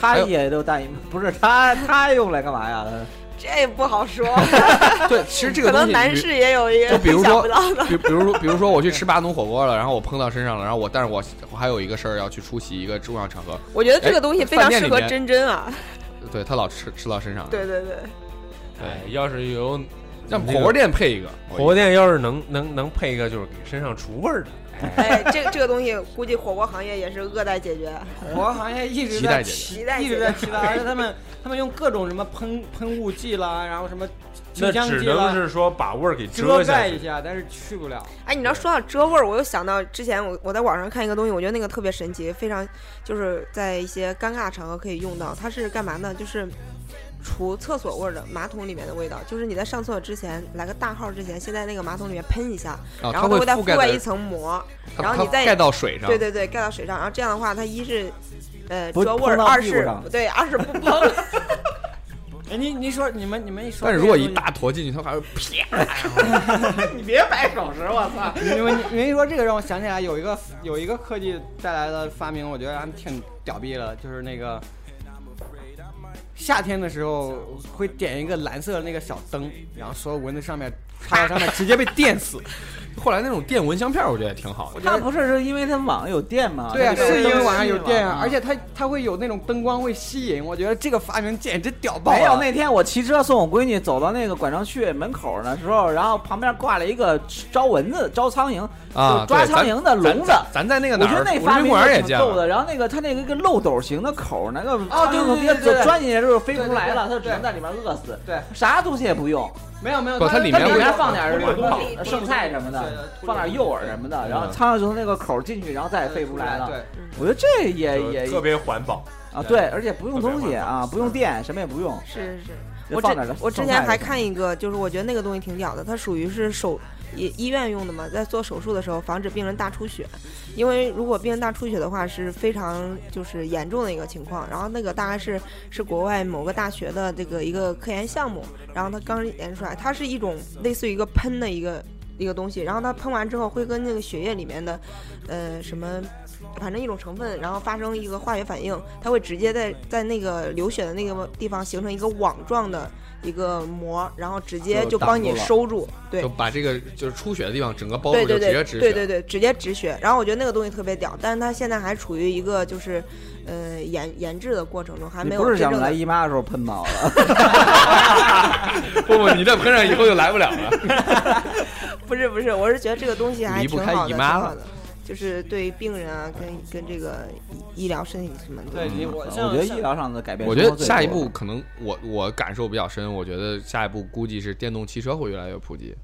他也都带一，不是他他用来干嘛呀？这不好说，对，其 实这可个东能西男士也有一就个比如想说哎不到的，比比如说，比如说我去吃巴奴火锅了，然后我碰到身上了，然后我，但是我我还有一个事儿要去出席一个重要场合，我觉得这个东西非常适合哎饭店里面真真啊，对他老吃吃到身上，，对对对，哎，要是有让火锅店配一个，火锅店，要是能能能配一个就是给身上除味儿的，哎，这这个东西估计火锅行业也是恶待解决，火锅行业一直脐带在姐姐提脐带姐姐一直在提到，而且他 们他们用各种什么喷喷雾剂啦，然后什么那清香只剂能啦，是说把味儿给遮下盖去一。下，但是去不了。哎，你知道说到遮味儿，我又想到之前我我在网上看一个东西，我觉得那个特别神奇，非常就是在一些尴尬场合可以用到。它是干嘛呢？就是除厕所味儿的马桶里面的味道，就是你在上厕所之前来个大号之前，先在那个马桶里面喷一下，啊，然它后会它会再覆覆盖盖一在层膜，它然后你它再盖到水上，对对对，盖到水上，然后这样的话，它一是呃不遮味儿，碰到二屁股是上对，二是不 崩。哎，你你说你们你们一说但这是个东西，如果一大坨进去，它还会啪，你别摆手势，我操！因为因为说这个让我想起来有一个有一个科技带来的发明，我觉得还挺屌逼的，就是那个夏天的时候会点一个蓝色的那个小灯，然后所有蚊子上面插在上面直接被电死。后来那种电蚊香片，我觉得也挺好的，他不是是因为他网上有电吗？对啊，他这个是因为灯晚上有嘛电啊嗯，而且它它会有那种灯光会吸引，我觉得这个发明简直屌爆没有，了。那天我骑车送我闺女走到那个管上去门口的时候，然后旁边挂了一个招蚊子、招苍蝇、啊，就抓对苍蝇的笼子。咱咱咱在那个我哪觉儿，得那人发民明公园也也挺见逗了，的。然后那个它那个一个漏斗形的口，那个哦对对对对对钻进去之后飞不出来了，它对对对只能在里面饿死。对，啥东西也不用，没有没有，不它里它面里会面有放点儿有东西，剩菜什么对对的，对放点诱饵什么的，然后嗯苍蝇就从那个口进去，然后再也飞不出来了。对，我觉得这也就也特别环保，啊，对，而且不用东特西别啊，嗯不用电，什么也不用，是是是。就我放点儿之我之前还剩菜就行看一个，就是我觉得那个东西挺屌的，它属于是手医医院用的嘛，在做手术的时候防止病人大出血，因为如果病人大出血的话是非常就是严重的一个情况。然后那个大概是是国外某个大学的这个一个科研项目，然后它刚研出来，它是一种类似于一个喷的一个一个东西，然后它喷完之后会跟那个血液里面的呃什么。反正一种成分，然后发生一个化学反应，它会直接在在那个流血的那个地方形成一个网状的一个膜，然后直接就就帮挡你住了收住。对就，把这个就是出血的地方整个包对住，就对直对接止对血。对对，直接止血。然后我觉得那个东西特别屌，但是它现在还处于一个就是，呃，研研制的过程中，还你没有不是真想正来的。姨妈的时候喷毛了？不不，你再喷上以后就来不了 了。不是不是，我是觉得这个东西还离不挺开好的，姨挺妈好了的。就是对病人啊，跟跟这个医医疗身体什么的，对你我嗯像啊我觉得像医疗上的改变，我觉得下一步可能我我感受比较深，我觉得下一步估计是电动汽车会越来越普及。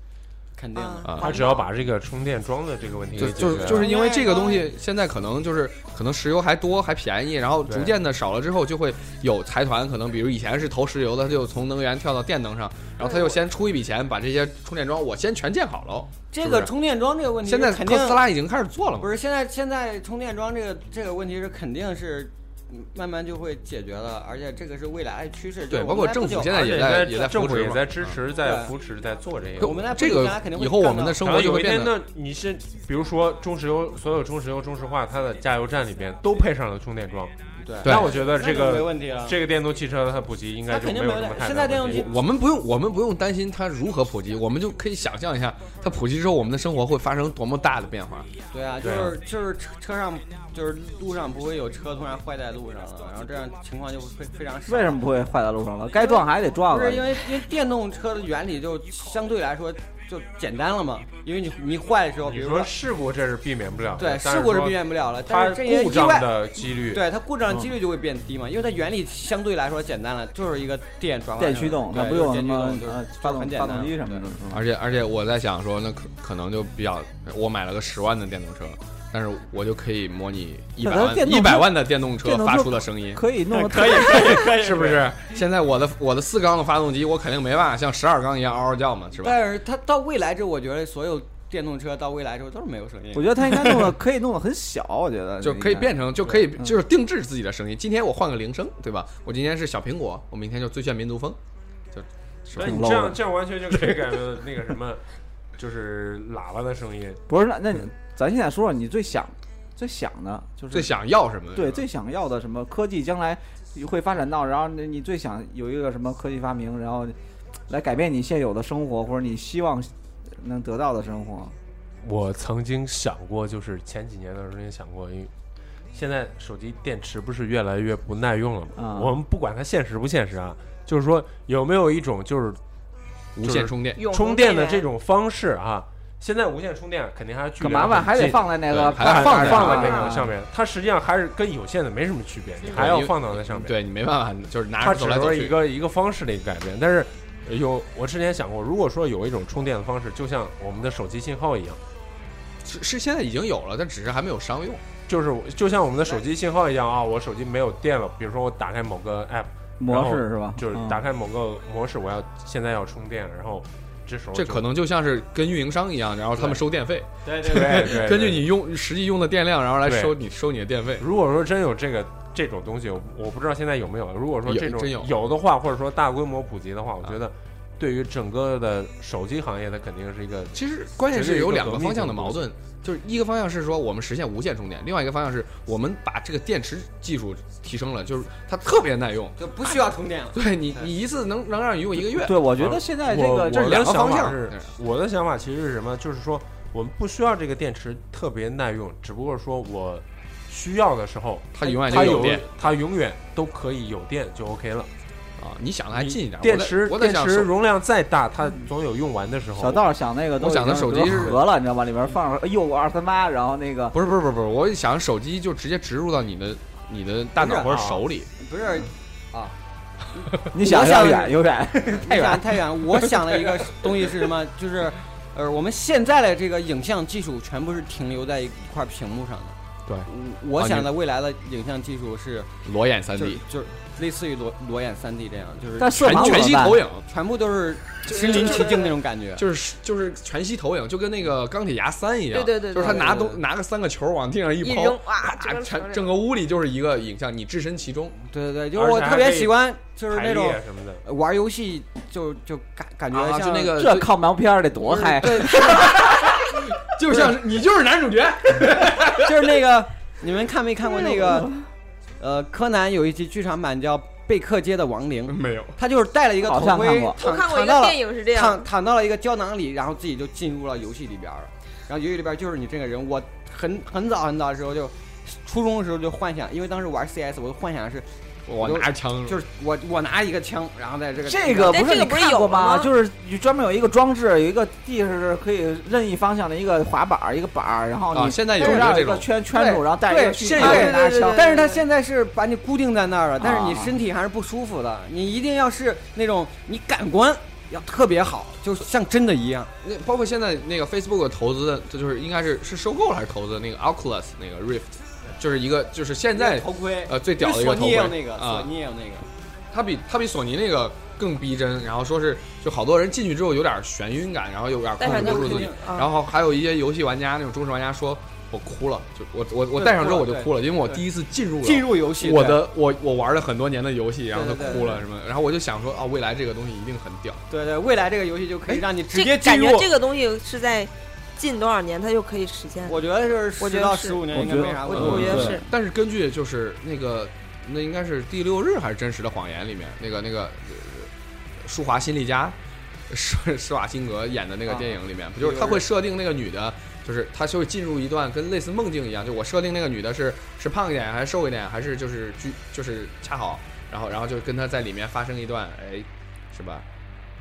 肯定的。啊它只要把这个充电桩的这个问题就给解就决是了就是啊因为这个东西现在可能就是可能石油还多还便宜，然后逐渐的少了之后，就会有财团可能比如以前是投石油的，他就从能源跳到电能上，然后他就先出一笔钱把这些充电桩我先全建好喽。这是个不是充电桩这个问题，现在肯特定斯拉已经开始做了不嘛，是现在现在充电桩这个这个问题是肯定是嗯慢慢就会解决的，而且这个是未来的趋势。对就是包括我们在政府不久现在而且也在也也在政扶府持也嘛在支持、在对扶持、在做这些。对我们在不这久个将来肯定会以后我看们到的生然活后就有会一变天得呢，你是比如说中石油，所有中石油、中石化它的加油站里边都配上了充电桩，对对那我觉得那这就没个问题了，这个电动汽车它普及应该那就肯没定有没什么问题太现大在电问动题汽我们不用，我们不用担心它如何普及，我们就可以想象一下，它普及之后，我们的生活会发生多么大的变化。对啊，就对啊是就是车车上就是路上不会有车突然坏在路上了，然后这样情况就会非常少。为什么不会坏到路上了？该撞还得撞啊不了是。因为因为电动车的原理就相对来说就简单了嘛，因为你你坏的时候，嗯比你如说事故这是避免不了的，对但事故是说避免不了了，但它是这些故意障外，的嗯几率，对它故障几率就会变低嘛，因为它原理相对来说简单了，就是一个电转换电驱动，对它不就是用什电驱么动就是呃发动很简发单动机什么的对，是吧？而且而且我在想说，那可可能就比较，我买了个十万的电动车，但是我就可以模拟一百那它电万动一车百万的电动车电动车发出的声音。可以弄得可以可以可以，是不是？现在我的我的四缸的发动机，我肯定没办法像十二缸一样嗷嗷叫嘛，是吧？但是它到未来这，我觉得所有电动车到未来之后都是没有声音我。觉得它应该弄得可以弄得很小，我觉得就可以应该变成，就可以嗯就是定制自己的声音。今天我换个铃声，对吧？我今天是小苹果，我明天就最炫民族风，就是那吧挺你 low 这的样这样完全就可以改变那个什么，就是喇叭的声音。不是那那你咱现在说说你最想最想的就是最想要什么？对是吧最想要的什么科技将来会发展到，然后你你最想有一个什么科技发明，然后来改变你现有的生活，或者你希望能得到的生活。我曾经想过，就是前几年的时候曾经想过，因为现在手机电池不是越来越不耐用了吗？啊我们不管它现实不现实啊，就是说有没有一种就是无线充电，永恒充电电的源这种方式啊？现在无线充电肯定还是距可离麻烦，还得很近放在那个对还放在放啊在那个上面，它实际上还是跟有线的没什么区别，你还要放到那上面。对你没办法，就是拿它着只走来走是一去。个一个方式的一个改变。但是有我之前想过，如果说有一种充电的方式，就像我们的手机信号一样，是是现在已经有了，但只是还没有商用。就是我就像我们的手机信号一样啊，我手机没有电了，比如说我打开某个 app，模式是吧？就是嗯打开某个模式，我要现在要充电，然后这时候这就可能就像是跟运营商一样，然后他们收电费，对对 对对对根据你用实际用的电量，然后来对收你收你的电费。如果说真有这个这种东西，我我不知道现在有没有。如果说有这种真有啊的话，或者说大规模普及的话，我觉得对于整个的手机行业，它肯定是一个其实关键是有两个方向的矛这是一盾，就是一个方向是说我们实现无线充电，另外一个方向是我们把这个电池技术提升了，就是它特别耐用。就不需要充电了。对你，你一次能能让你用一个月。对，我觉得现在这我个这是两个我的想法方向是对，我的想法其实是什么？就是说，我们不需要这个电池特别耐用，只不过说我需要的时候，它永远就它有有电，它永远都可以有电就 OK 了。啊！你想的还近一点，电池我在电想池容量再大，它总有用完的时候。小道想那个都我想的已经手机是得盒了，你知道吧？里面放上右二三八，然后那个不是不是不是不是，我想手机就直接植入到你的你的大脑或者手里，不是你想我想要远有远，太远太远，我想了 一个东西是什么？就是，呃，我们现在的这个影像技术全部是停留在一块屏幕上的。对我，啊我你想的未来的影像技术是，裸眼三就是 D，就是类似于裸裸眼三 D 这样，就是但色全盲怎全么息办投？影，全部都是身临其境那种感觉。就是就是全息投影，就跟那个钢铁侠三一样，对对对对就是他拿对东对拿个三个球往地上一一抛扔，哇，啊，整全个整个屋里就是一个影像，你置身其中，对对对，就是我特别喜欢，就是排那列种什么的，呃玩游戏就就感感觉啊，像就那个这靠毛片儿得多嗨！对，就像是你就是男主角，就是那个，你们看没看过那哎个？呃，柯南有一集剧场版叫《贝克街的亡灵》，没有，他就是戴了一个头好像看盔过，我躺看过一躺个到了电影是这样躺，躺到了一个胶囊里，然后自己就进入了游戏里边儿了。然后游戏里边儿就是你这个人，我很很早很早的时候就，初中的时候就幻想，因为当时玩 CS，我的幻想是我拿着枪，就是我我拿一个枪，然后在这个这个但不这是个你不是看有过吗？吗就是专门有一个装置，有一个地是可以任意方向的一个滑板儿，一个板儿，然后啊，你现在有中一间个有这一个种，圈圈住，对然后带一个对去现拿有拿对对枪对。但是它现在是把你固定在那儿了，但是你啊身体还是不舒服的。你一定要是那种你感官要特别好，就像真的一样。那包括现在那个 Facebook 投资的，这就是应该是是收购了还是投资的那个 Oculus 那个 Rift，就是一个就是现在头盔，呃最屌的一索个头尼也盔有那个，啊索，尼也有那个。它比它比索尼那个更逼真，然后说是就好多人进去之后有点眩晕感，然后有点控制不住自己，啊然后还有一些游戏玩家那种忠实玩家说，我哭了，就我我我对戴上之后我哭就了哭了，因为我对第一次进入了进入游戏，我对的我我玩了很多年的游戏，然后他对对对哭了什么，然后我就想说啊，未来这个东西一定很屌，对对，未来这个游戏就可以让你直哎这接进感入。觉这个东西是在近多少年它就可以实现。我觉得就是我觉十得到是十五年我应该觉没得啥我嗯问我题。觉得对是但是根据就是那个那应该是第六日还是真实的谎言里面那个那个呃舒华辛利加施施瓦辛格演的啊那个电影里面，不就是他会设定那个女的，就是他就会进入一段跟类似梦境一样，就我设定那个女的是是胖一点还是瘦一点，还是就是居就是恰好，然后然后就跟他在里面发生一段，哎，是吧？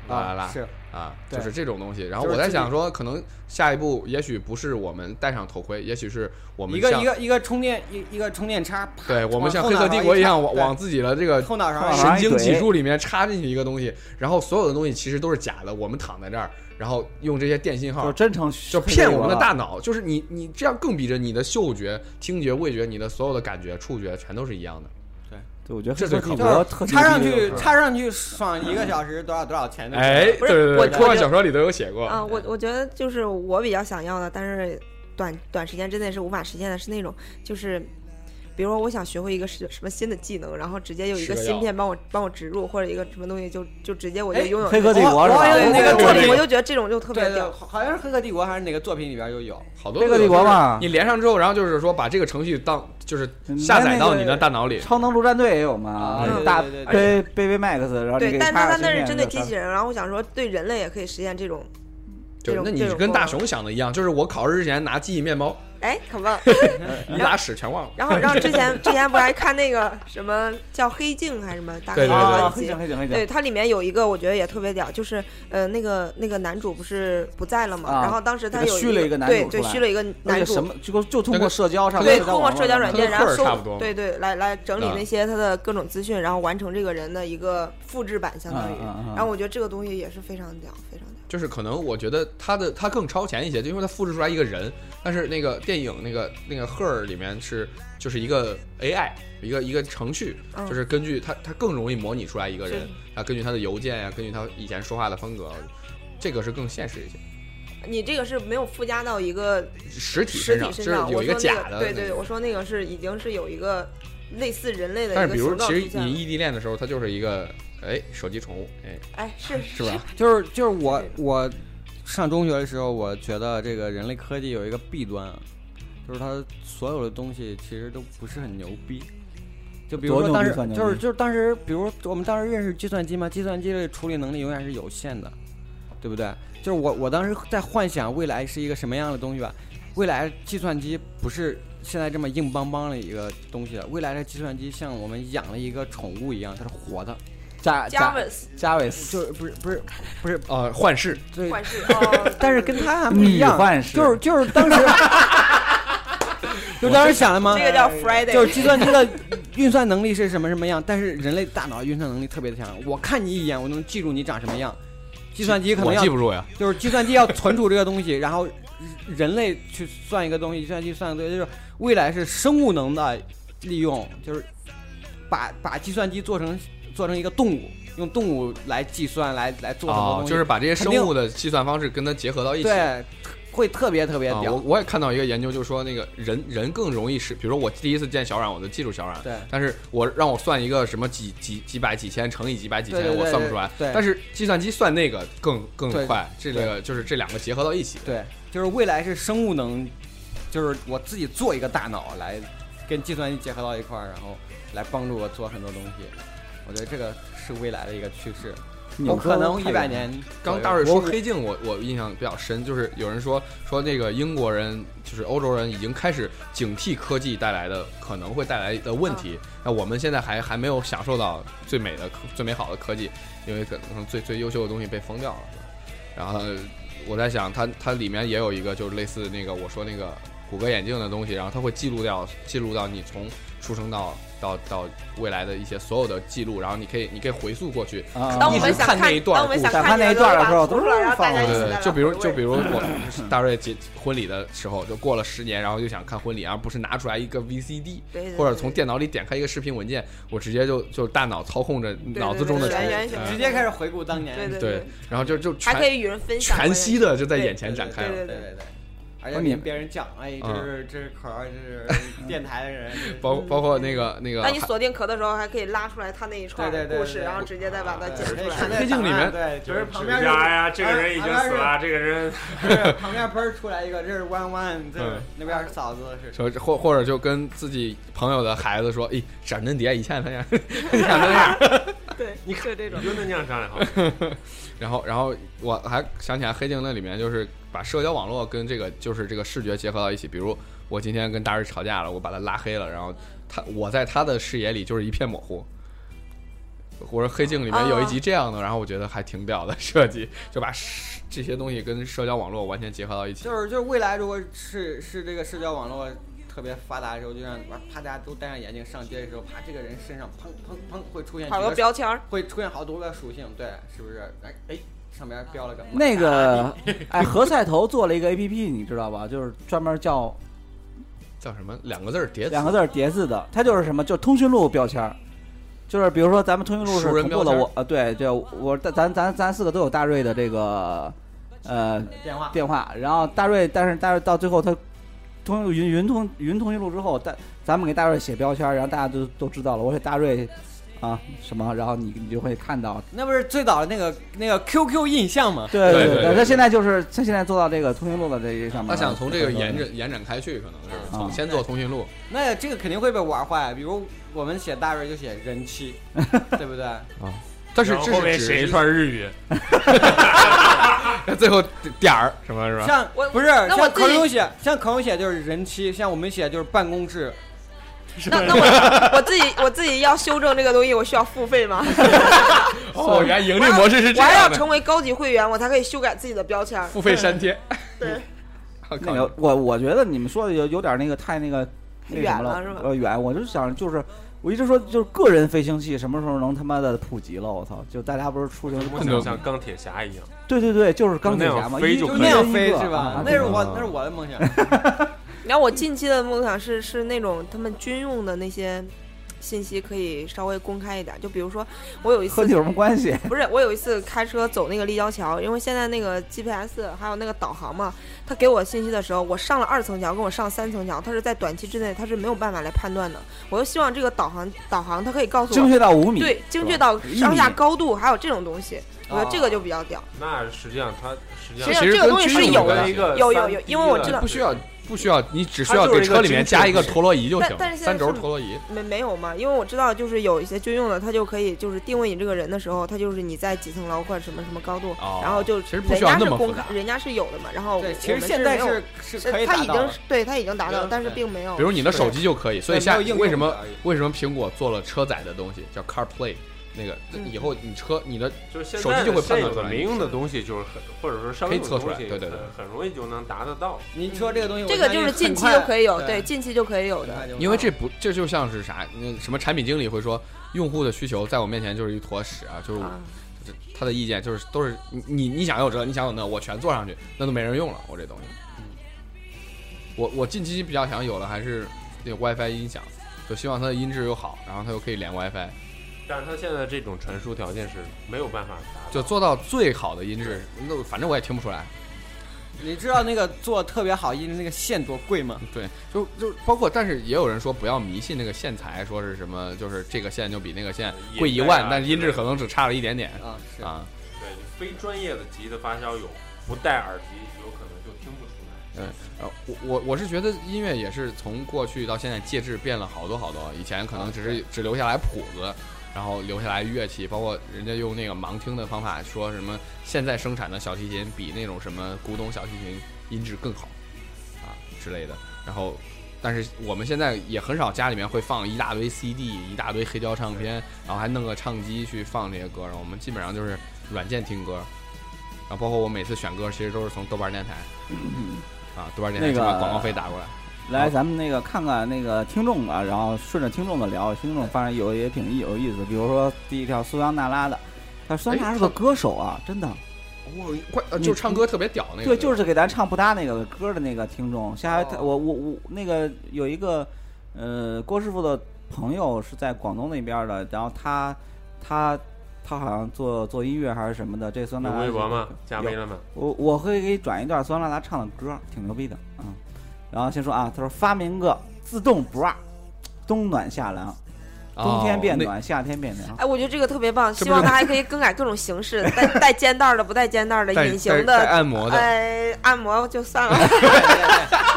啦啦啦啊，是啊，对就是这种东西。然后就是我在自己想说，可能下一步也许不是我们戴上头盔，也许是我们一个像一个一个充电一一个充电插，啪对我们往像后黑脑客勺帝国一一样，插往对往自己的这个后脑勺往上神上一经怼脊柱里面插进去一个东西，然后所有的东西其实都是假的，我们躺在这儿，然后用这些电信就号真成就骗我们的了大脑，就是你你这样更逼真，你的嗅觉、听觉、味觉，你的所有的感觉、触觉全都是一样的。对，我觉得这最黑客帝靠国特插上牛逼去的插上去爽一个小时多少多少钱的？哎，对对我对，科幻小说里都有写过。啊，我我觉得就是我比较想要的，但是短短时间之内是无法实现的，是那种就是，比如说我想学会一个什什么新的技能，然后直接有一吃个个芯药片帮我帮我植入，或者一个什么东西就就直接我就哎拥有黑客这帝个国是吧我？对有那个对作对品我就觉得这种就特别对对，屌。好像是《黑客帝国》还是哪个作品里边就有。好多黑客帝国嘛，你连上之后，然后就是说把这个程序当就是下载到你的大脑里，超能陆战队也有嘛啊，那对个大对对贝贝贝 Max，然后你对，给但插他上他那芯是片针对就机插器人，然后我想说对人类也可以实现这种，就是那你跟大雄想的一样，就是我考试之前拿记忆面包，哎，可棒。一拉屎全忘了。然后然后之前之前不是还看那个什么叫黑镜还是什么大对对对科啊，黑幻警黑警黑对警，它里面有一个我觉得也特别屌，就是呃那个那个男主不是不在了嘛，啊然后当时他给他有续了一个男对主对出来续了一个那男个主什么就就通过社交上，对，通过社交软上件，跟然后赫尔差不收多对对来来整理啊那些他的各种资讯，然后完成这个人的一个复制版，相当于啊啊啊。然后我觉得这个东西也是非常屌，非常屌。就是可能我觉得他的他更超前一些，就因为他复制出来一个人，但是那个电影那个那个 Her 里面是就是一个 AI，一个一个程序，嗯就是根据他他更容易模拟出来一个人是，啊，根据他的邮件呀、根据他以前说话的风格，这个是更现实一些。你这个是没有附加到一个实体实身体上身就是有我一说假那的，个对对，我说那个是已经是有一个类似人类的一但个是比如形状其出实现你了异地恋的时候，它就是一个哎手机宠物，哎哎是是吧？就是就是我我上中学的时候，我觉得这个人类科技有一个弊端，啊，就是它所有的东西其实都不是很牛逼。就比如多说牛当逼时算牛就是逼就是当时，比如我们当时认识计算机嘛，计算机的处理能力永远是有限的，对不对？就是我我当时在幻想未来是一个什么样的东西吧。未来计算机不是现在这么硬邦邦的一个东西了，未来的计算机像我们养了一个宠物一样，它是活的，加加加文加维斯，就是不是不是不是呃幻视，对幻视哦，但是跟他还不一女样，幻视就是就是 当时，就当时想的吗这？个叫 Friday，就是计算机的运算能力是什么什么样，但是人类大脑运算能力特别的强。我看你一眼，我能记住你长什么样。计算机可能我要记不住呀，就是计算机要存储这个东西，然后人类去算一个东西，计算机算一个东西，就是未来是生物能的利用，就是把把计算机做成做成一个动物，用动物来计算来来做很多哦东，西，就是把这些肯生定物的计算方式跟它结合到一起，对，会特别特别啊，屌。我我也看到一个研究，就是说那个人人更容易是，比如说我第一次见小冉，我就记住小冉，对但是我让我算一个什么几几几百几千乘以几百几千，对对对我算不出来。对但是计算机算那个更更对快，这个就是这两个结合到一起。对，就是未来是生物能，就是我自己做一个大脑来跟计算机结合到一块儿，然后来帮助我做很多东西。我觉得这个是未来的一个趋势，你有们说可能太一百年左刚右。大瑞说我黑镜我，我印象比较深，就是有人说说那个英国人就是欧洲人已经开始警惕科技带来的可能会带来的问题。嗯那我们现在还还没有享受到最美的科最美好的科技，因为可能最最优秀的东西被封掉了。是吧然后我在想，它它里面也有一个就是类似那个我说那个谷歌眼镜的东西，然后它会记录掉记录到你从出生到到到未来的一些所有的记录，然后你可以你可以回溯过去，啊当我一们直想看那一段当我们想想看看那一段的时候都出来，然后大家一起在对那对，就比如就比 如我大瑞结婚礼的时候，就过了十年，然后就想看婚礼，而不是拿出来一个 VCD，对对对或者从电脑里点开一个视频文件，我直接就就大脑操控着脑子中的对对对全对对对直接开始回顾当年，对对对，然后就就还可全以与人分享，全息的的就在眼前展开对了。对对对对，而不且是你跟别人讲，哎，这嗯是这是可儿，这 是电台的人，这是包包括那个那个嗯当你锁定壳的时候，还可以拉出来他那一串对对对故事，对对然后直接再把它解释出对来。黑镜里面啊对，就是旁边指是甲呀，这个人已经死了，这个人不是旁边喷出来一个，这 是弯弯，这是嗯那边是嫂子，是说或或者就跟自己朋友的孩子说，哎，闪电蝶，你看他呀， 你看他呀。对，你看这种你，就那样张脸好。然后，然后我还想起来，《黑镜》那里面就是把社交网络跟这个就是这个视觉结合到一起。比如我今天跟大瑞吵架了，我把他拉黑了，然后他我在他的视野里就是一片模糊。或者《黑镜》里面有一集这样的，然后我觉得还挺屌的设计，就把视这些东西跟社交网络完全结合到一起。就是就是未来如果是是这个社交网络特别发达的时候，就让哇啪大家都戴上眼镜上街的时候，啪这个人身上砰砰砰会出现好几多个标签儿。会出现好多个属性，对，是不是？哎哎，上边标了个那 个，哎，何赛头做了一个 A P P，你知道吧？就是专门叫叫什么？两个字儿叠词两个字儿叠字的，它就是什么，就是通讯录标签儿，就是比如说咱们通讯录是熟人同步的，标签儿我呃对对，我咱咱咱四个都有大瑞的这个呃电话，电话，然后大瑞，但是大瑞到最后他通云云通云通讯录之后，大咱们给大瑞写标签儿，然后大家都都知道了，我给大瑞啊什么，然后你你就会看到，那不是最早的那个那个 QQ 印象吗？对对对对对他现在就是他现在做到这个通讯录的这一上面他了，想从这个延展延展开去，可能是从啊先做通讯录，那这个肯定会被玩坏，比如我们写大瑞就写人 妻，对不对？但是然后这后面是写指一串日语， 最后点儿什么是吧？像我不是那我像自己孔勇写，像孔勇写就是人妻，像我们写就是办公室，那那我我自己我自己要修正这个东西，我需要付费吗？ 哦，原来盈利模式是这我还要样的，成为高级会员，我才可以修改自己的标签儿。付费删帖。对， 我那靠个我我觉得你们说的有有点那个太那个那什么远了是吧呃，远，我就想就是。我一直说，就是个人飞行器什么时候能他妈的普及了？我操！就大家不是出行我嗯想像钢铁侠一样，对对对，就是钢铁侠嘛，就那样飞一就就可以那一样人一飞个是吧啊？那是对我那是我的 梦想。然后我近期的梦想是是那种他们军用的那些信息可以稍微公开一点，就比如说我有一和次你有什么关系？不是，我有一次开车走那个立交桥，因为现在那个 GPS 还有那个导航嘛，它给我信息的时候，我上了二层桥，跟我上三层桥，它是在短期之内它是没有办法来判断的。我就希望这个导航导航它可以告诉精我，确到五米，对，精确到一上下米高度，还有这种东西，我觉得这啊个就比较屌。那实际上它实际实际上上其实这个东西跟是军有用的关，系个有有有因为我知道不需要，不需要，你只需它要就是给一个车里面加一个陀螺仪就行但但是，现在三轴是陀螺仪。没没有嘛？因为我知道，就是有一些军用的，它就可以就是定位你这个人的时候，它就是你在几层楼或者什么什么高度，哦然后就其实不人需要家那是么公复开杂，人家是有的嘛。然后对，我其实们现在没有是是可以他达已到经的是。对他已经达到了，对但是并没有。比如你的手机就可以，所以下没有应用为什么而已为什么苹果做了车载的东西叫 CarPlay？那个嗯以后你车你的就是现手在机就会的判断现有出的来民用的东西，就是很或者说商用的可以测东出来西，对对对很很容易就能达得到。你说这个东西，这个就是近期就可以有，对，近期就可以有有的。的，因为这不这就像是啥，那什么产品经理会说，用户的需求在我面前就是一坨屎啊，嗯就是啊，这他的意见就是都是你你你想有这，你想有那，我全做上去，那都没人用了，我这东西。嗯我我近期比较想有的还是有 WiFi 音响，就希望它的音质又好，然后它又可以连 WiFi，但是它现在这种传输条件是没有办法达就到。做到最好的音质。那反正我也听不出来。你知道那个做特别好音的那个线多贵吗？对，就就包括，但是也有人说不要迷信那个线材，说是什么就是这个线就比那个线贵一也万，对啊但是音质可能只差了一点点啊，是啊。对非专业的级的发烧友，不戴耳机有可能就听不出来。呃，我我我是觉得音乐也是从过去到现在介质变了好多好多，以前可能只是只留下来谱子，然后留下来乐器，包括人家用那个盲听的方法说什么现在生产的小提琴比那种什么古董小提琴音质更好啊之类的，然后。但是我们现在也很少家里面会放一大堆 CD，一大堆黑胶唱片，然后还弄个唱机去放这些歌，然后我们基本上就是软件听歌，然后包括我每次选歌其实都是从豆瓣电台，啊，豆瓣电台嗯那就个把广告费打过来。来，咱们那个看看那个听众啊，然后顺着听众的聊，听众发现有也挺有意思。比如说第一条苏央娜拉的，他苏央娜拉是个歌手啊，真的，哇，快呃你就是唱歌特别屌那个。对，就是给咱唱不搭那个歌的那个听众。下回他哦我我我那个有一个呃郭师傅的朋友是在广东那边的，然后他他他好像做做音乐还是什么的，这苏央娜有拉微博是吗？加微了吗？我我会给你转一段苏拉拉唱的歌，挺牛逼的。啊然后先说啊，他说发明个自动 bra，冬暖夏凉，冬天变哦暖，夏天变凉。哎，我觉得这个特别棒，是不希望是它还可以更改各种形式，带带肩带儿的、不带肩带儿的、那带隐形带带的，按摩的，哎，按摩就算了。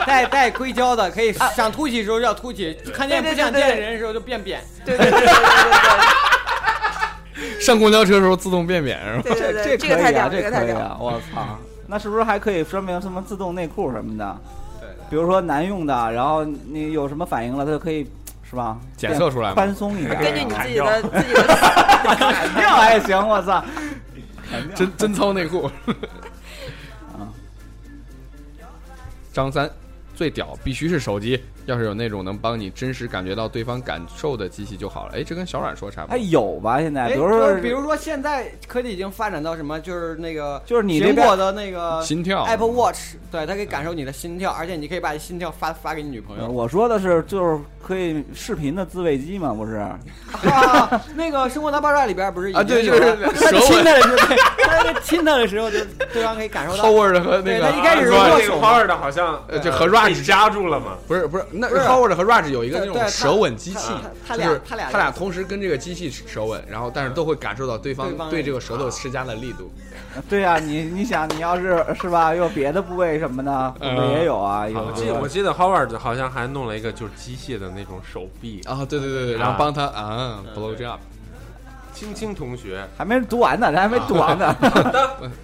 带带硅胶的，可以想凸起的时候要凸起，看见不想见人的时候就变扁。对对对对上公交车的时候自动变扁是吧？对对对对，这个太可以屌啊， 了，这个太可以屌了。啊！我操，那是不是还可以说明什么自动内裤什么的？对对比如说男用的，然后你有什么反应了，它就可以是吧？检测出来吗宽松一点。 根据你自己的自己的， 砍掉还行，我操！真真操内 裤。嗯啊张三最屌必须是手机，要是有那种能帮你真实感觉到对方感受的机器就好了。哎，这跟小阮说差不还多。有吧？现在哎比如说，就比如说现在科技已经发展到什么，就是那个就是你这苹边果的那个心跳 Apple Watch，对，它可以感受你的心跳，而且你可以把心跳发发给你女朋呃友。我说的是就是可以视频的自慰机嘛，不是？啊，那个《生活大爆炸》里边不是已啊，经对，就有是了舌亲吻的时候， 他那个亲他的时候，就对方可以感受到。 ，Howard 和那对个他一开始是那握个手 hard 好像呃就和 Raj 被夹住 了嘛，不是不是，那不是 Howard 和 Raj 有一个那对种对他舌吻机器他，他就俩是他俩他俩同时跟这个机器舌吻，然后但是都会感受到对方对方啊对这个舌头施加的力度。对呀、你你想，你要是是吧，有别的部位什么的，我们也有啊，有我记我有。记得 Howard 好像还弄了一个就是机械的那种手臂，啊，对对对对，然后啊帮他啊，blow job，青青同学，还没读完呢，咱还没读完呢。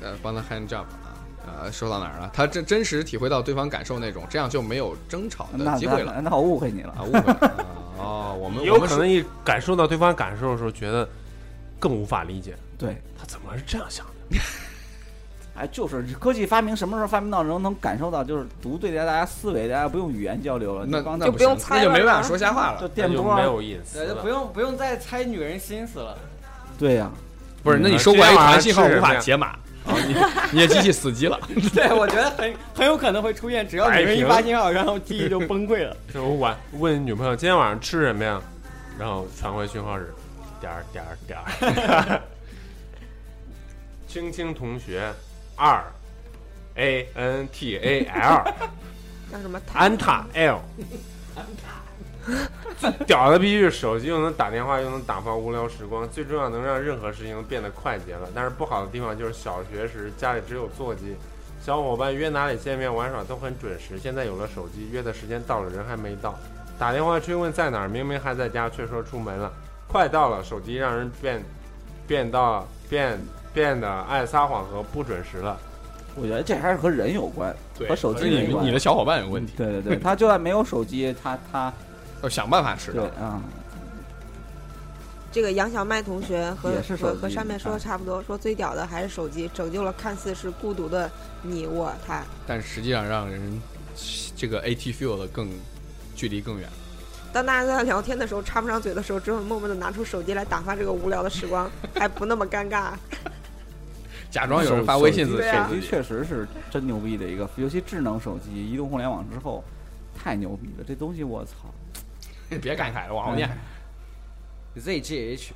呃，帮他 hand job 啊。呃，说到哪儿了？他真真实体会到对方感受那种，这样就没有争吵那的机会了那那我误会你了啊！。误会了啊哦，我们有我们可能一感受到对方感受的时候，觉得更无法理解，对，他怎么是这样想的？哎，就是科技发明什么时候发明到能能感受到，就是读对待大家思维，大家不用语言交流了，那光那在就不用行猜那就了没办法是吧说瞎话就了。电那就波没啊，有隐私对，就了不。用不用再猜女人心思 了。对呀，不是，那你嗯收过来一这样团还信号是无法这样解码啊， 你 你的机器死机了。对，我觉得很很有可能会出现，只要女人一发信号，然后记忆就崩溃了。就我晚问女朋友今天晚上吃什么呀，然后传回讯号是点儿点儿点儿。 青青同学二 A N T A L 那什么塔安塔 L。最 屌的必须是手机又能打电话又能打发无聊时光， 最重要能让任何事情都变得快捷了。但是不好的地方就是小学时家里只有座机，小伙伴约哪里见面玩耍都很准时。现在有了手机，约的时间到了人还没到，打电话追问在哪儿，明明还在家却说出门了，快到了，手机让人变变到变变得爱撒谎和不准时了。我觉得这还是和人有关，对和手机你没关你的小伙伴有问题，对对对，他就算没有手机，他他要想办法知对道。啊，这个杨小麦同学和也是手和机和上面说的差不多，说最屌的还是手机拯救了看似是孤独的你我他。但实际上让人这个 AT feel 的更距离更远。当大家在聊天的时候插不上嘴的时候，只有默默的拿出手机来打发这个无聊的时光，还不那么尴尬。假装有人发微信手自机对骗啊手自机己，确实是真牛逼的一个，尤其智能手机、移动互联网之后，太牛逼了！这东西我操，别感慨了，嗯往后念。 ZGH，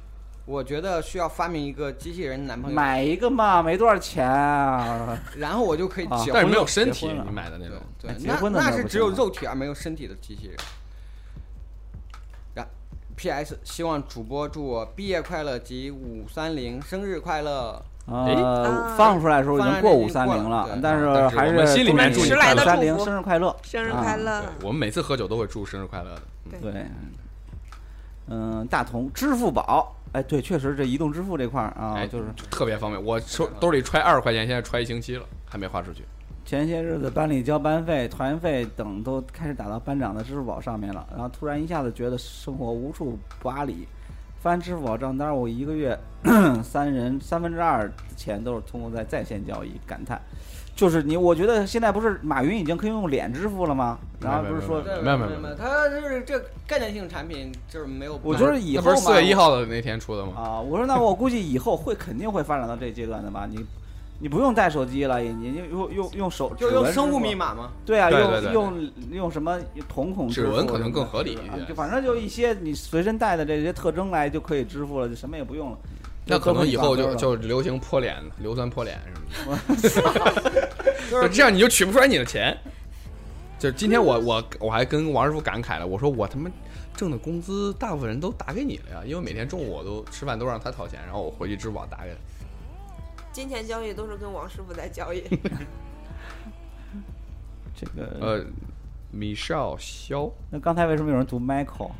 我觉得需要发明一个机器人男朋友，买一个嘛，没多少钱啊。然后我就可以啊结但婚是了。没有身体，结婚了你买的那种。对，结那婚的那那不是行只有吗肉体而没有身体的机器人。然、P.S. 希望主播祝我毕业快乐及五三零生日快乐。呃啊，放出来的时候已经过五三放出来已经零过了了但对，但是是还我们心里面祝你快乐五三零生日快乐，生日快乐！对我们每次喝酒都会祝生日快乐的。嗯对，嗯，大同支付宝，哎，对，确实这移动支付这块儿啊，哎，就是嗯特别方便。我手兜里揣二十块钱，现在揣一星期了，还没花出去。前些日子班里交班费、团员费等都开始打到班长的支付宝上面了，然后突然一下子觉得生活无处不阿里。翻支付宝账单，我一个月 三人三分之二钱都是通过在在线交易，感叹。就是你，我觉得现在不是马云已经可以用脸支付了吗？然后不是说，没有没有没有有，它就是这概念性产品就是没有。我觉得以那后不是四月一嘛号的那天出的吗？啊，我说那我估计以后会肯定会发展到这阶段的吧？你你不用带手机了，也你你用用用手就指用纹生支物付密码吗？对啊，对用对对用用什么瞳孔指支付纹可什能么更的合理一啊些就反正就一些你随身带的这些特征来就可以支付了，就什么也不用了。那可能以后就都是你就流行泼脸、硫酸泼脸什么的，就就是这样你就取不出来你的钱。就是今天我我我还跟王师傅感慨了，我说我他妈挣的工资大部分人都打给你了呀，因为每天中午我都吃饭都让他掏钱，然后我回去支付宝打给他。金钱交易都是跟王师傅在交易。这个呃，米少肖，那刚才为什么有人读 Michael？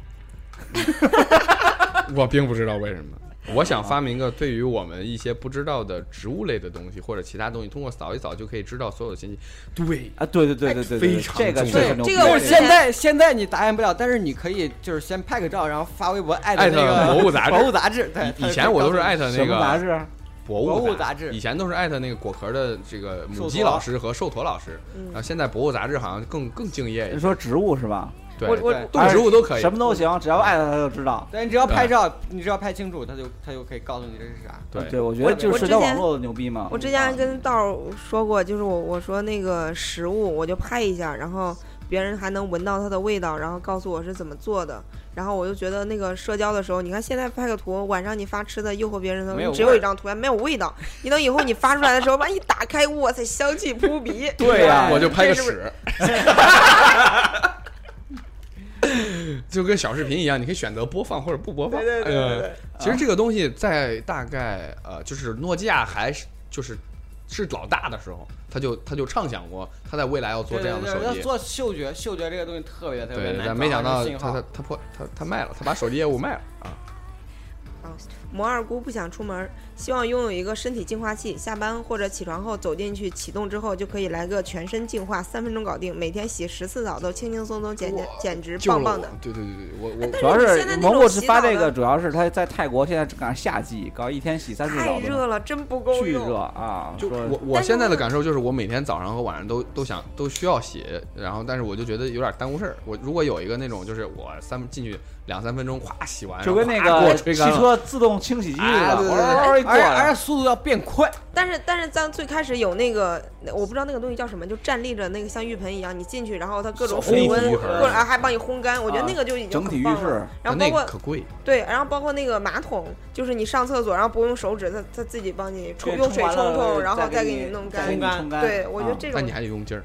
我并不知道为什么。我想发明个对于我们一些不知道的植物类的东西或者其他东西，通过扫一扫就可以知道所有的信息。对，啊，对对对对对对，哎非常这个重确要实牛逼。这个我就是现在现在你答应不了，但是你可以就是先拍个照，然后发微博艾艾特特那个博物杂志博物杂志。对，以以前我都是艾艾特什那么杂个志啊？博博物物杂志以前都是艾特那个果壳的这个母鸡寿陀老师和寿陀老师，嗯然后现在博物杂志好像更更敬业一你些，说植物是吧？对，我我对动植物都可以什。么都行，只要爱他他就知道。对，你只要拍照，你只要拍清楚，他就他就可以告诉你这是啥。对，对，我觉得就是我社之交网前络牛逼嘛。我之前还啊跟道儿说过，就是我我说那个食物，我就拍一下，然后别人还能闻到它的味道，然后告诉我是怎么做的。然后我就觉得那个社交的时候，你看现在拍个图，晚上你发吃的诱惑别人的时没有候，味儿只有一张图，还没有味道。你等以后你发出来的时候，把一打开，哇塞，香气扑鼻。对呀啊我就拍个啊这是不是屎， 就跟小视频一样，你可以选择播放或者不播放。对对对对对呃其实这个东西在大概呃，就是诺基亚还是就是是老大的时候，他就他就畅想过他在未来要做这对对样的对，手要机。做嗅觉，嗅觉这个东西特别特对，别难找。但没想到这个信他号他他破他他卖了，他把手机业务卖了啊！魔二姑不想出门，希望拥有一个身体净化器，下班或者起床后走进去，启动之后就可以来个全身净化，三分钟搞定，每天洗十次澡都轻轻松松，简简哇简直救棒了我棒的。！对对对对，我我主要但是是现在那蘑种菇是洗发澡这的个，主要是他在泰国现在赶上夏季，搞一天洗三次太澡都能，热了，真不够巨热用。啊！就说我我但是现在的我感受就是，我每天早上和晚上都都想都需要洗，然后但是我就觉得有点耽误事儿。我如果有一个那种，就是我三进去两三分钟，咵洗完，就跟那然后咵给个我吹汽干了。车自动清洗机似哎的，对对对嗷嗷一过而而来且，速度要变快，但是但是咱最开始有那个，我不知道那个东西叫什么，就站立着那个像浴盆一样，你进去，然后它各种手水工温，浴盆各种啊还帮你烘干，我觉得那个就已经整体很浴棒室了。然后啊包那括个可贵，对，然后包括那个马桶，就是你上厕所，然后不用手指，它它自己帮你冲，对用冲水完冲了冲，然后再再给给你你弄再干给。你冲干。对，我觉得啊这种但你还得用劲儿。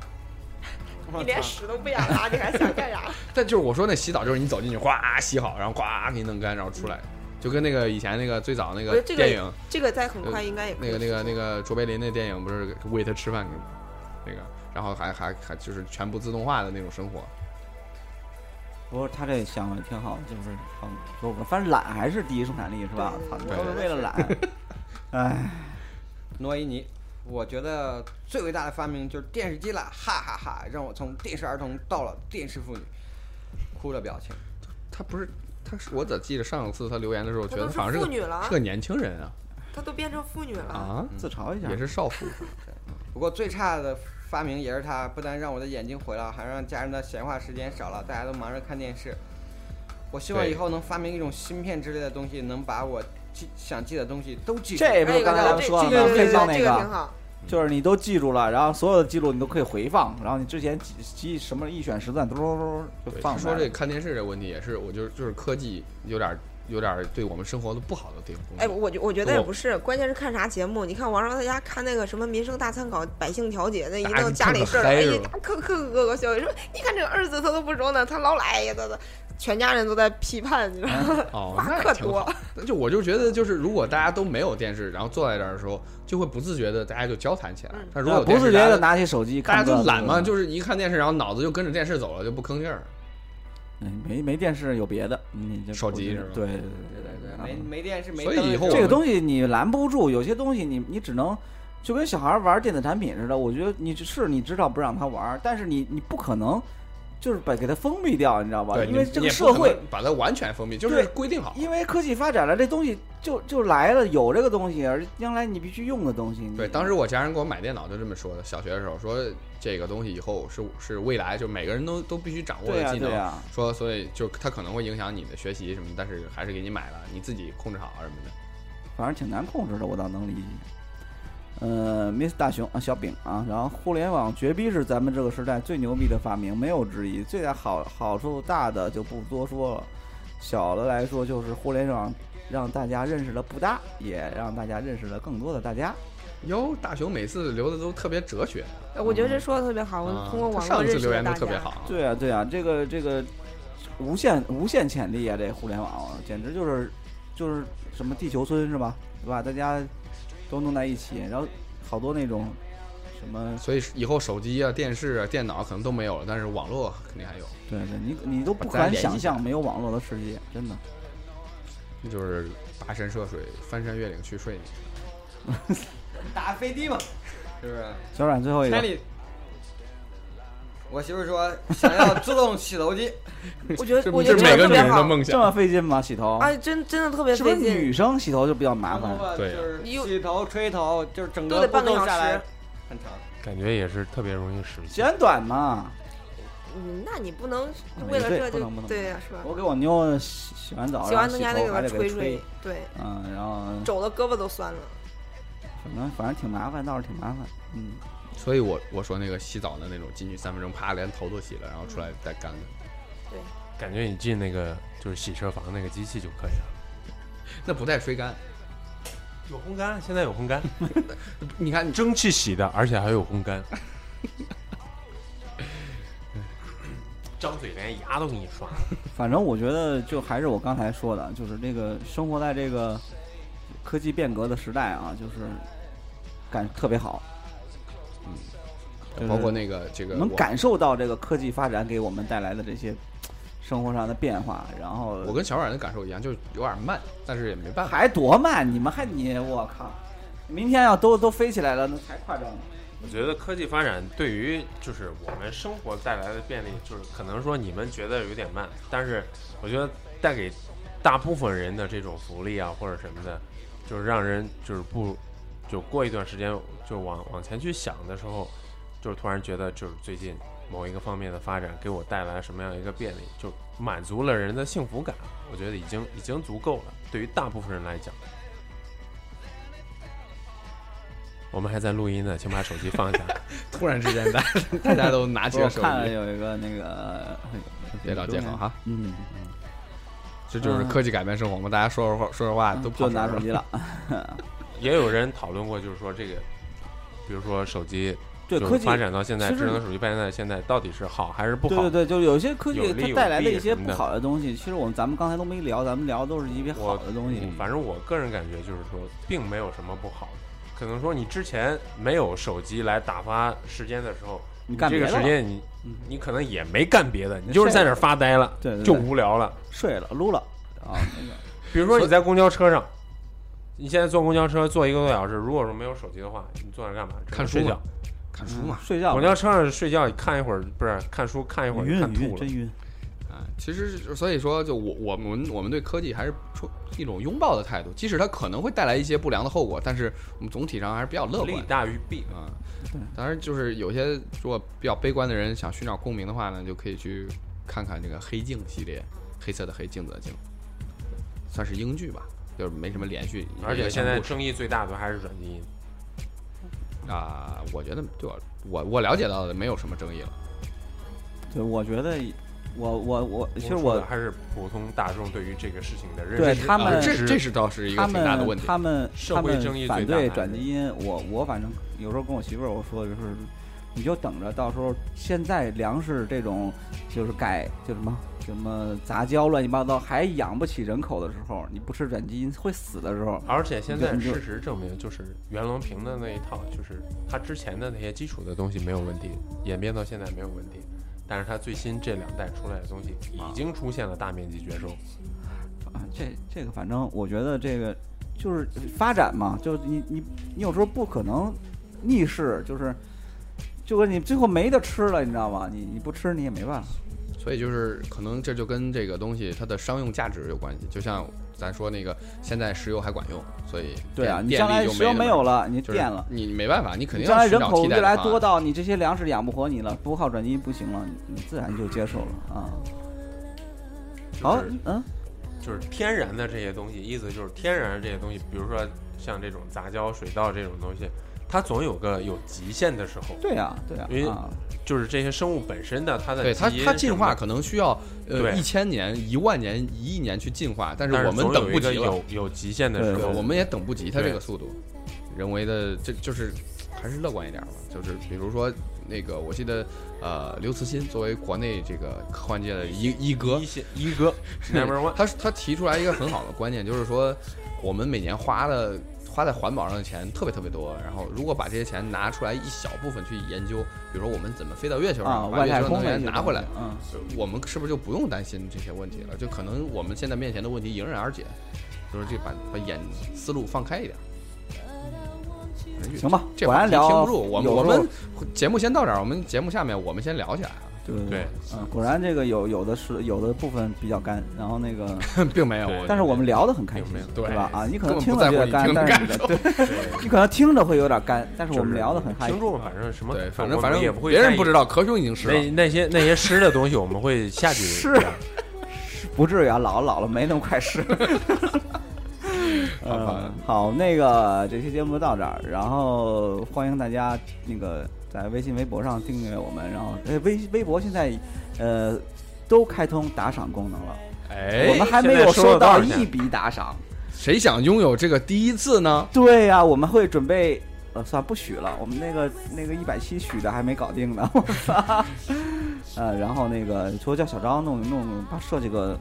你连屎都不想拉，你还想干啥？但就是我说那洗澡，就是你走进去，哗洗好，然后哗给你弄干，然后出来，就跟那个以前那个最早那嗯我个觉得这个电影，这个在很快应该也可呃那以个那个去那个卓别林那电影不是喂他吃饭，那个，然后还还还就是全部自动化的那种生活。不过他这想法挺好，就是好，就我反正懒还是第一生产力是吧？对操，对对都是为了懒。 哎，诺伊尼，我觉得最伟大的发明就是电视机了，哈哈哈让我从电视儿童到了电视妇女，哭的表情。他不是，他是我咋记得上次他留言的时候，觉得都是好像是个妇女了是个年轻人啊做，她都变成妇女了。啊，自嘲一下也，是少 妇。不过最差的发明也是它，不但让我的眼睛毁了，还让家人的闲话时间少了，大家都忙着看电视。我希望对以后能发明一种芯片之类的东西，能把我记想记的东西都记住。这不哎是刚才咱们这说了这吗？个可以放对对那这个挺好。就是你都记住了，然后所有的记录你都可以回放，然后你之前记记什么一选十段，嘟嘟嘟嘟就对，放他出来说了这看电视这问题也是，我就是就是科技有点儿有点儿对我们生活的不好的地方。哎，我觉我觉得也我不是，关键是看啥节目。你看王少他家看那个什么民生大参考、百姓调解，那一大家弄家啊看里得事儿，嗨哎是呀吧，可可可可笑。说你看这个儿子他都不容呢，他老来哎呀，他他全家人都在批判，你知道吗？哦，话那也可挺好多。那就我就觉得，就是如果大家都没有电视，然后坐在这儿的时候，就会不自觉的大家就交谈起来嗯。但如果有呃不电视自觉的大家拿起手机大家看，就懒嘛，就是一看电视，然后脑子就跟着电视走了，就不吭气儿。嗯没没电视有别的，你就手机不是吧对对嗯对对对对，啊没没电视没所灯以也行。以后这个东西你拦不住，有些东西你你只能就跟小孩玩电子产品似的。我觉得你是你知道不让他玩，但是你你不可能就是把给他封闭掉，你知道吧？对，因你为这你个也不社可会能，把它完全封闭，就对是规定好。因为科技发展了，这东西就就来了，有这个东西，而将来你必须用的东西。你对，当时我家人给我买电脑就这么说的，小学的时候说这个东西以后是是未来，就每个人都都必须掌握对的呀技能。对啊呀，说，所以就它可能会影响你的学习什么，但是还是给你买了，你自己控制好啊什么的。反正挺难控制的，我倒能理解。呃，Miss 大熊啊，小饼啊，然后互联网绝逼是咱们这个时代最牛逼的发明，没有之一。最大好好处大的就不多说了，小的来说就是互联网让大家认识了不大，也让大家认识了更多的大家。哟，大雄每次留的都特别哲学，呃我觉得这说的特别好，我啊通过他网上络一次认识留了言都大特别家。好，对啊，对啊，这个这个无限无限潜力啊，这互联网简直就是就是什么地球村是吧？对吧？大家都弄在一起，然后好多那种什么，所以以后手机啊、电视啊、电脑可能都没有了，但是网络肯定还有，对对，你你都不把大家敢联系想起来象没有网络的世界，真的。那就是跋山涉水、翻山越岭去睡你。打飞的嘛，是不是？小冉哎最后一个，里，我媳妇说想要自动洗头机，我觉这得不我是觉得每这个特女别人的好，梦这想。么费劲吗？洗头？哎，真真的特别是不是费劲。女生洗头就比较麻烦长头？嗯发就是又洗头、吹头，就是整都个得步半个骤小下来时很长。感觉也是特别容易实洗现。完短嘛，嗯，那你不能啊嗯为了对这就不能不能对呀，是吧？我给我妞洗洗完澡，洗完东西然还后得给洗头它还得给吹吹，，对，嗯，然后肘的胳膊都酸了。反正反正挺麻烦，倒是挺麻烦，嗯。所以我我说那个洗澡的那种，进去三分钟，啪，连头都洗了，然后出来再干的，感觉你进那个就是洗车房那个机器就可以了。那不带吹干。有烘干，现在有烘干， 你看，你蒸汽洗的，而且还有烘 干。张嘴连牙都给你刷了。反正我觉得，就还是我刚才说的，就是这个生活在这个科技变革的时代啊，就是感特别好，嗯，包括那个这个，能我感受到这个科技发展给我们带来的这些生活上的变化，然后我跟小冉的感受一样，就是有点慢，但是也没办法。还多慢，你们还你我靠，明天要都都飞起来了，那才夸张呢。我觉得科技发展对于就是我们生活带来的便利，就是可能说你们觉得有点慢，但是我觉得带给大部分人的这种福利啊或者什么的，就是让人就是不就过一段时间就往往前去想的时候，就是突然觉得就是最近某一个方面的发展给我带来什么样一个便利，就满足了人的幸福感，我觉得已经已经足够了。对于大部分人来讲，我们还在录音呢，请把手机放下。突然之间，大大家 都拿起我了手看了机，有一个那个，别找借口哈。嗯，这就是科技改变生活嘛。大家说说话，说说话都跑就神儿啊嗯拿手了机 了。也有人讨论过，就是说这个，比如说手机，对就科技发展到现在，其实智能手机发展到现在，到底是好还是不好？对对对，就是有些科技有利它有带来的弊一些什么不的好的东西，其实我们咱们刚才都没聊，咱们聊都是一些好我的东西。嗯反正我个人感觉就是说，并没有什么不好的。可能说你之前没有手机来打发时间的时候，你你干这别个的时了，间你嗯你可能也没干别的，你就是在那儿发呆了，对对对嗯就无聊了。睡了，撸了 啊，那个比如说你在公交车上，你现在坐公交车坐一个多小时，如果说没有手机的话，你坐那儿干嘛？只能看书睡觉嘛。看书嘛。睡觉公吧，交车上睡觉，你看一会儿不是看书，看一会儿晕看晕吐了真。晕。啊，其实是所以说，就我我们我们对科技还是出一种拥抱的态度，即使它可能会带来一些不良的后果，但是我们总体上还是比较乐利观大于弊。啊。当然，就是有些如果比较悲观的人想寻找共鸣的话呢，就可以去看看这个《黑镜》系列，黑色的黑，镜子的镜，算是英剧吧，就是没什么连续。而一且个现小在故事争议最大的还是软基因，啊、我觉得对我我我了解到的没有什么争议了。对，我觉得我我我，其实说我的还是普通大众对于这个事情的认对识。他啊们这这是倒是一个他挺大的问们题。他们社他会争们议反最大对的转基因，我我反正有时候跟我媳妇儿我说就是，你就等着到时候现在粮食这种就是改就什么什么杂交乱七八糟还养不起人口的时候，你不吃转基因会死的时候，而且现在你就事实证明，就是袁隆平的那一套，就是他之前的那些基础的东西没有问题，演变到现在没有问题，但是他最新这两代出来的东西啊已经出现了大面积绝收。啊，这这个反正我觉得这个就是发展嘛，就是你你你有时候不可能逆势，就是就跟你最后没得吃了，你知道吗？你你不吃你也没办法。所以就是可能这就跟这个东西它的商用价值有关系，就像咱说那个现在石油还管用，所以对啊，电你电将来力就石油那没么有了，你就是电了，你没办法，你肯你定将要来寻人找口替代越的来方多案到你这些粮食养不活你了，不靠转基因不行了，你你自然就接受了啊。好就是，嗯，就是天然的这些东西，意思就是天然的这些东西，比如说像这种杂交、水稻这种东西，它总有个有极限的时候。对呀、对呀、因为啊，就是这些生物本身的它的对它基因它什进么化的可能需要呃对一千年、一万年、一亿年去进化，但是但我们总等有不一个及了，有有极限的时对对候，我们也等不及它这嗯对个速度。人为的，这就是还是乐观一点吧。就是比如说那个，我记得呃，刘慈欣作为国内这个科幻界的一一哥， 一 哥 number one，他他提出来一个很好的观念，就是说我们每年花的花在环保上的钱特别特别多，然后如果把这些钱拿出来一小部分去研究，比如说我们怎么飞到月球啊，上，把外月太球能空的源拿回来，，嗯，我们是不是就不用担心这些问题了？就可能我们现在面前的问题迎刃而解，就是这把把眼思路放开一点。哎行吧，这果话然题聊听不住，我们有我时候们节目先到这儿，我们节目下面我们先聊起来啊， 对对，嗯，果然这个有有的是有的部分比较干，然后那个，并没有，但是我们聊得很开心并没有，对吧？啊，你可能根听本不着在觉乎你得干听，但是感你受的，对，你可能听着会有点干，但是就是我们聊得很嗨。听众反正什么对，反我正们反正也不会别在人意不知道，壳兄已经是了那那些那些湿的东西，我们会下去是聊不至于啊，老了老了没那么快 适。好吧呃，好，那个这期节目就到这儿，然后欢迎大家那个在微信、微博上订阅我们，然后呃微微博现在呃都开通打赏功能了，哎，我们还没现有在收收到到一笔打赏。谁想拥有这个第一次呢？对呀、我们会准备。呃，算不许了，我们那个那个一百期许的还没搞定呢，我操！呃，然后那个说叫小张弄弄弄，把设计个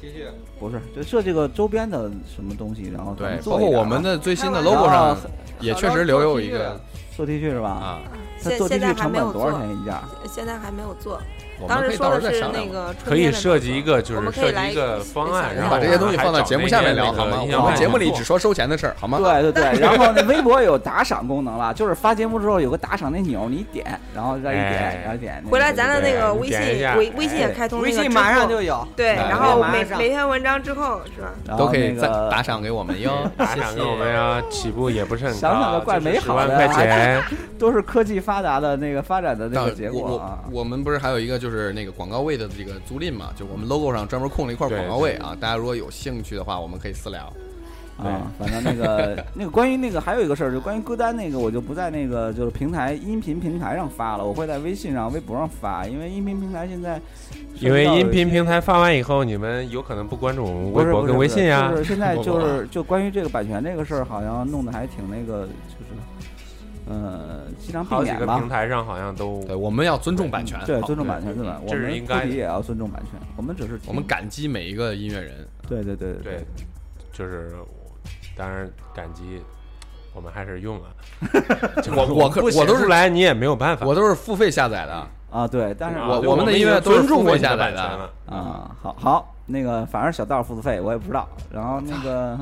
继续。不是，就设计个周边的什么东西，然后咱对们，做包括一点我啊们的最新的然后 logo 上也确实留有一个做 T 恤是吧？，啊，它现做 T 现在恤还成没有本做多少钱一件 儿？现在还没有做，我们当可时以说到时候的再是商量那。个可以设计一个，个，就我是们可以设计来一一个个方案，一个然然后后把这些东西放到节目下面聊好吗？我们节目里只说收钱的事儿好吗？对对对，然后那微博有打赏功能了，就是发节目之后有个打赏那钮，你一点，然后再一哎点，然后点。回来咱的那对个你微信点一下微微信也哎开通那微个支付，信马上就有，对，哎然后马每上每篇文章之后是吧？然后都可以那再个打赏给我 们哟。 打赏给我们呀，起步也不是很高，想想都怪美好的啊十万 块钱，都是科技发达的那个发展的那但个结果啊我。我我们不是还有一个就是那个广告位的这个租赁嘛，就我们 logo 上专门空了一块广告位啊，大家如果有兴趣的话，我们可以私聊。对啊，反正那 个那个关于那个还有一个事儿，就关于歌单那个，我就不在那个就是平台音频平台上发了，我会在微信上、微博上发，因为音频平台现在因为音频平。平台发完以后，你们有可能不关注我们不微是博不跟是微不信是呀就，是现在不不就不是就关于这个版权这个事儿，好像弄得还挺那个，就是呃，尽量避好几免个吧平。台上好像都对，我们要尊重版权，对，好尊重版对权，对吧？我这是们应自该己的也要尊重版权，我们只是我们听感激每一个音乐人。对对对对对，就是当然感激，我们还是用 了。我我可不我都写出是来你也没有办法，我都是付费下载的，啊对，但是啊我对我我们的已音经乐都是尊重付费你下的载版的权了。啊，好好，那个反正小道付的费我也不知道。然后那个，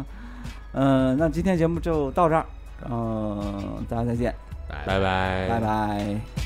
嗯，呃那今天节目就到这儿，嗯，大家再见，拜拜拜拜拜。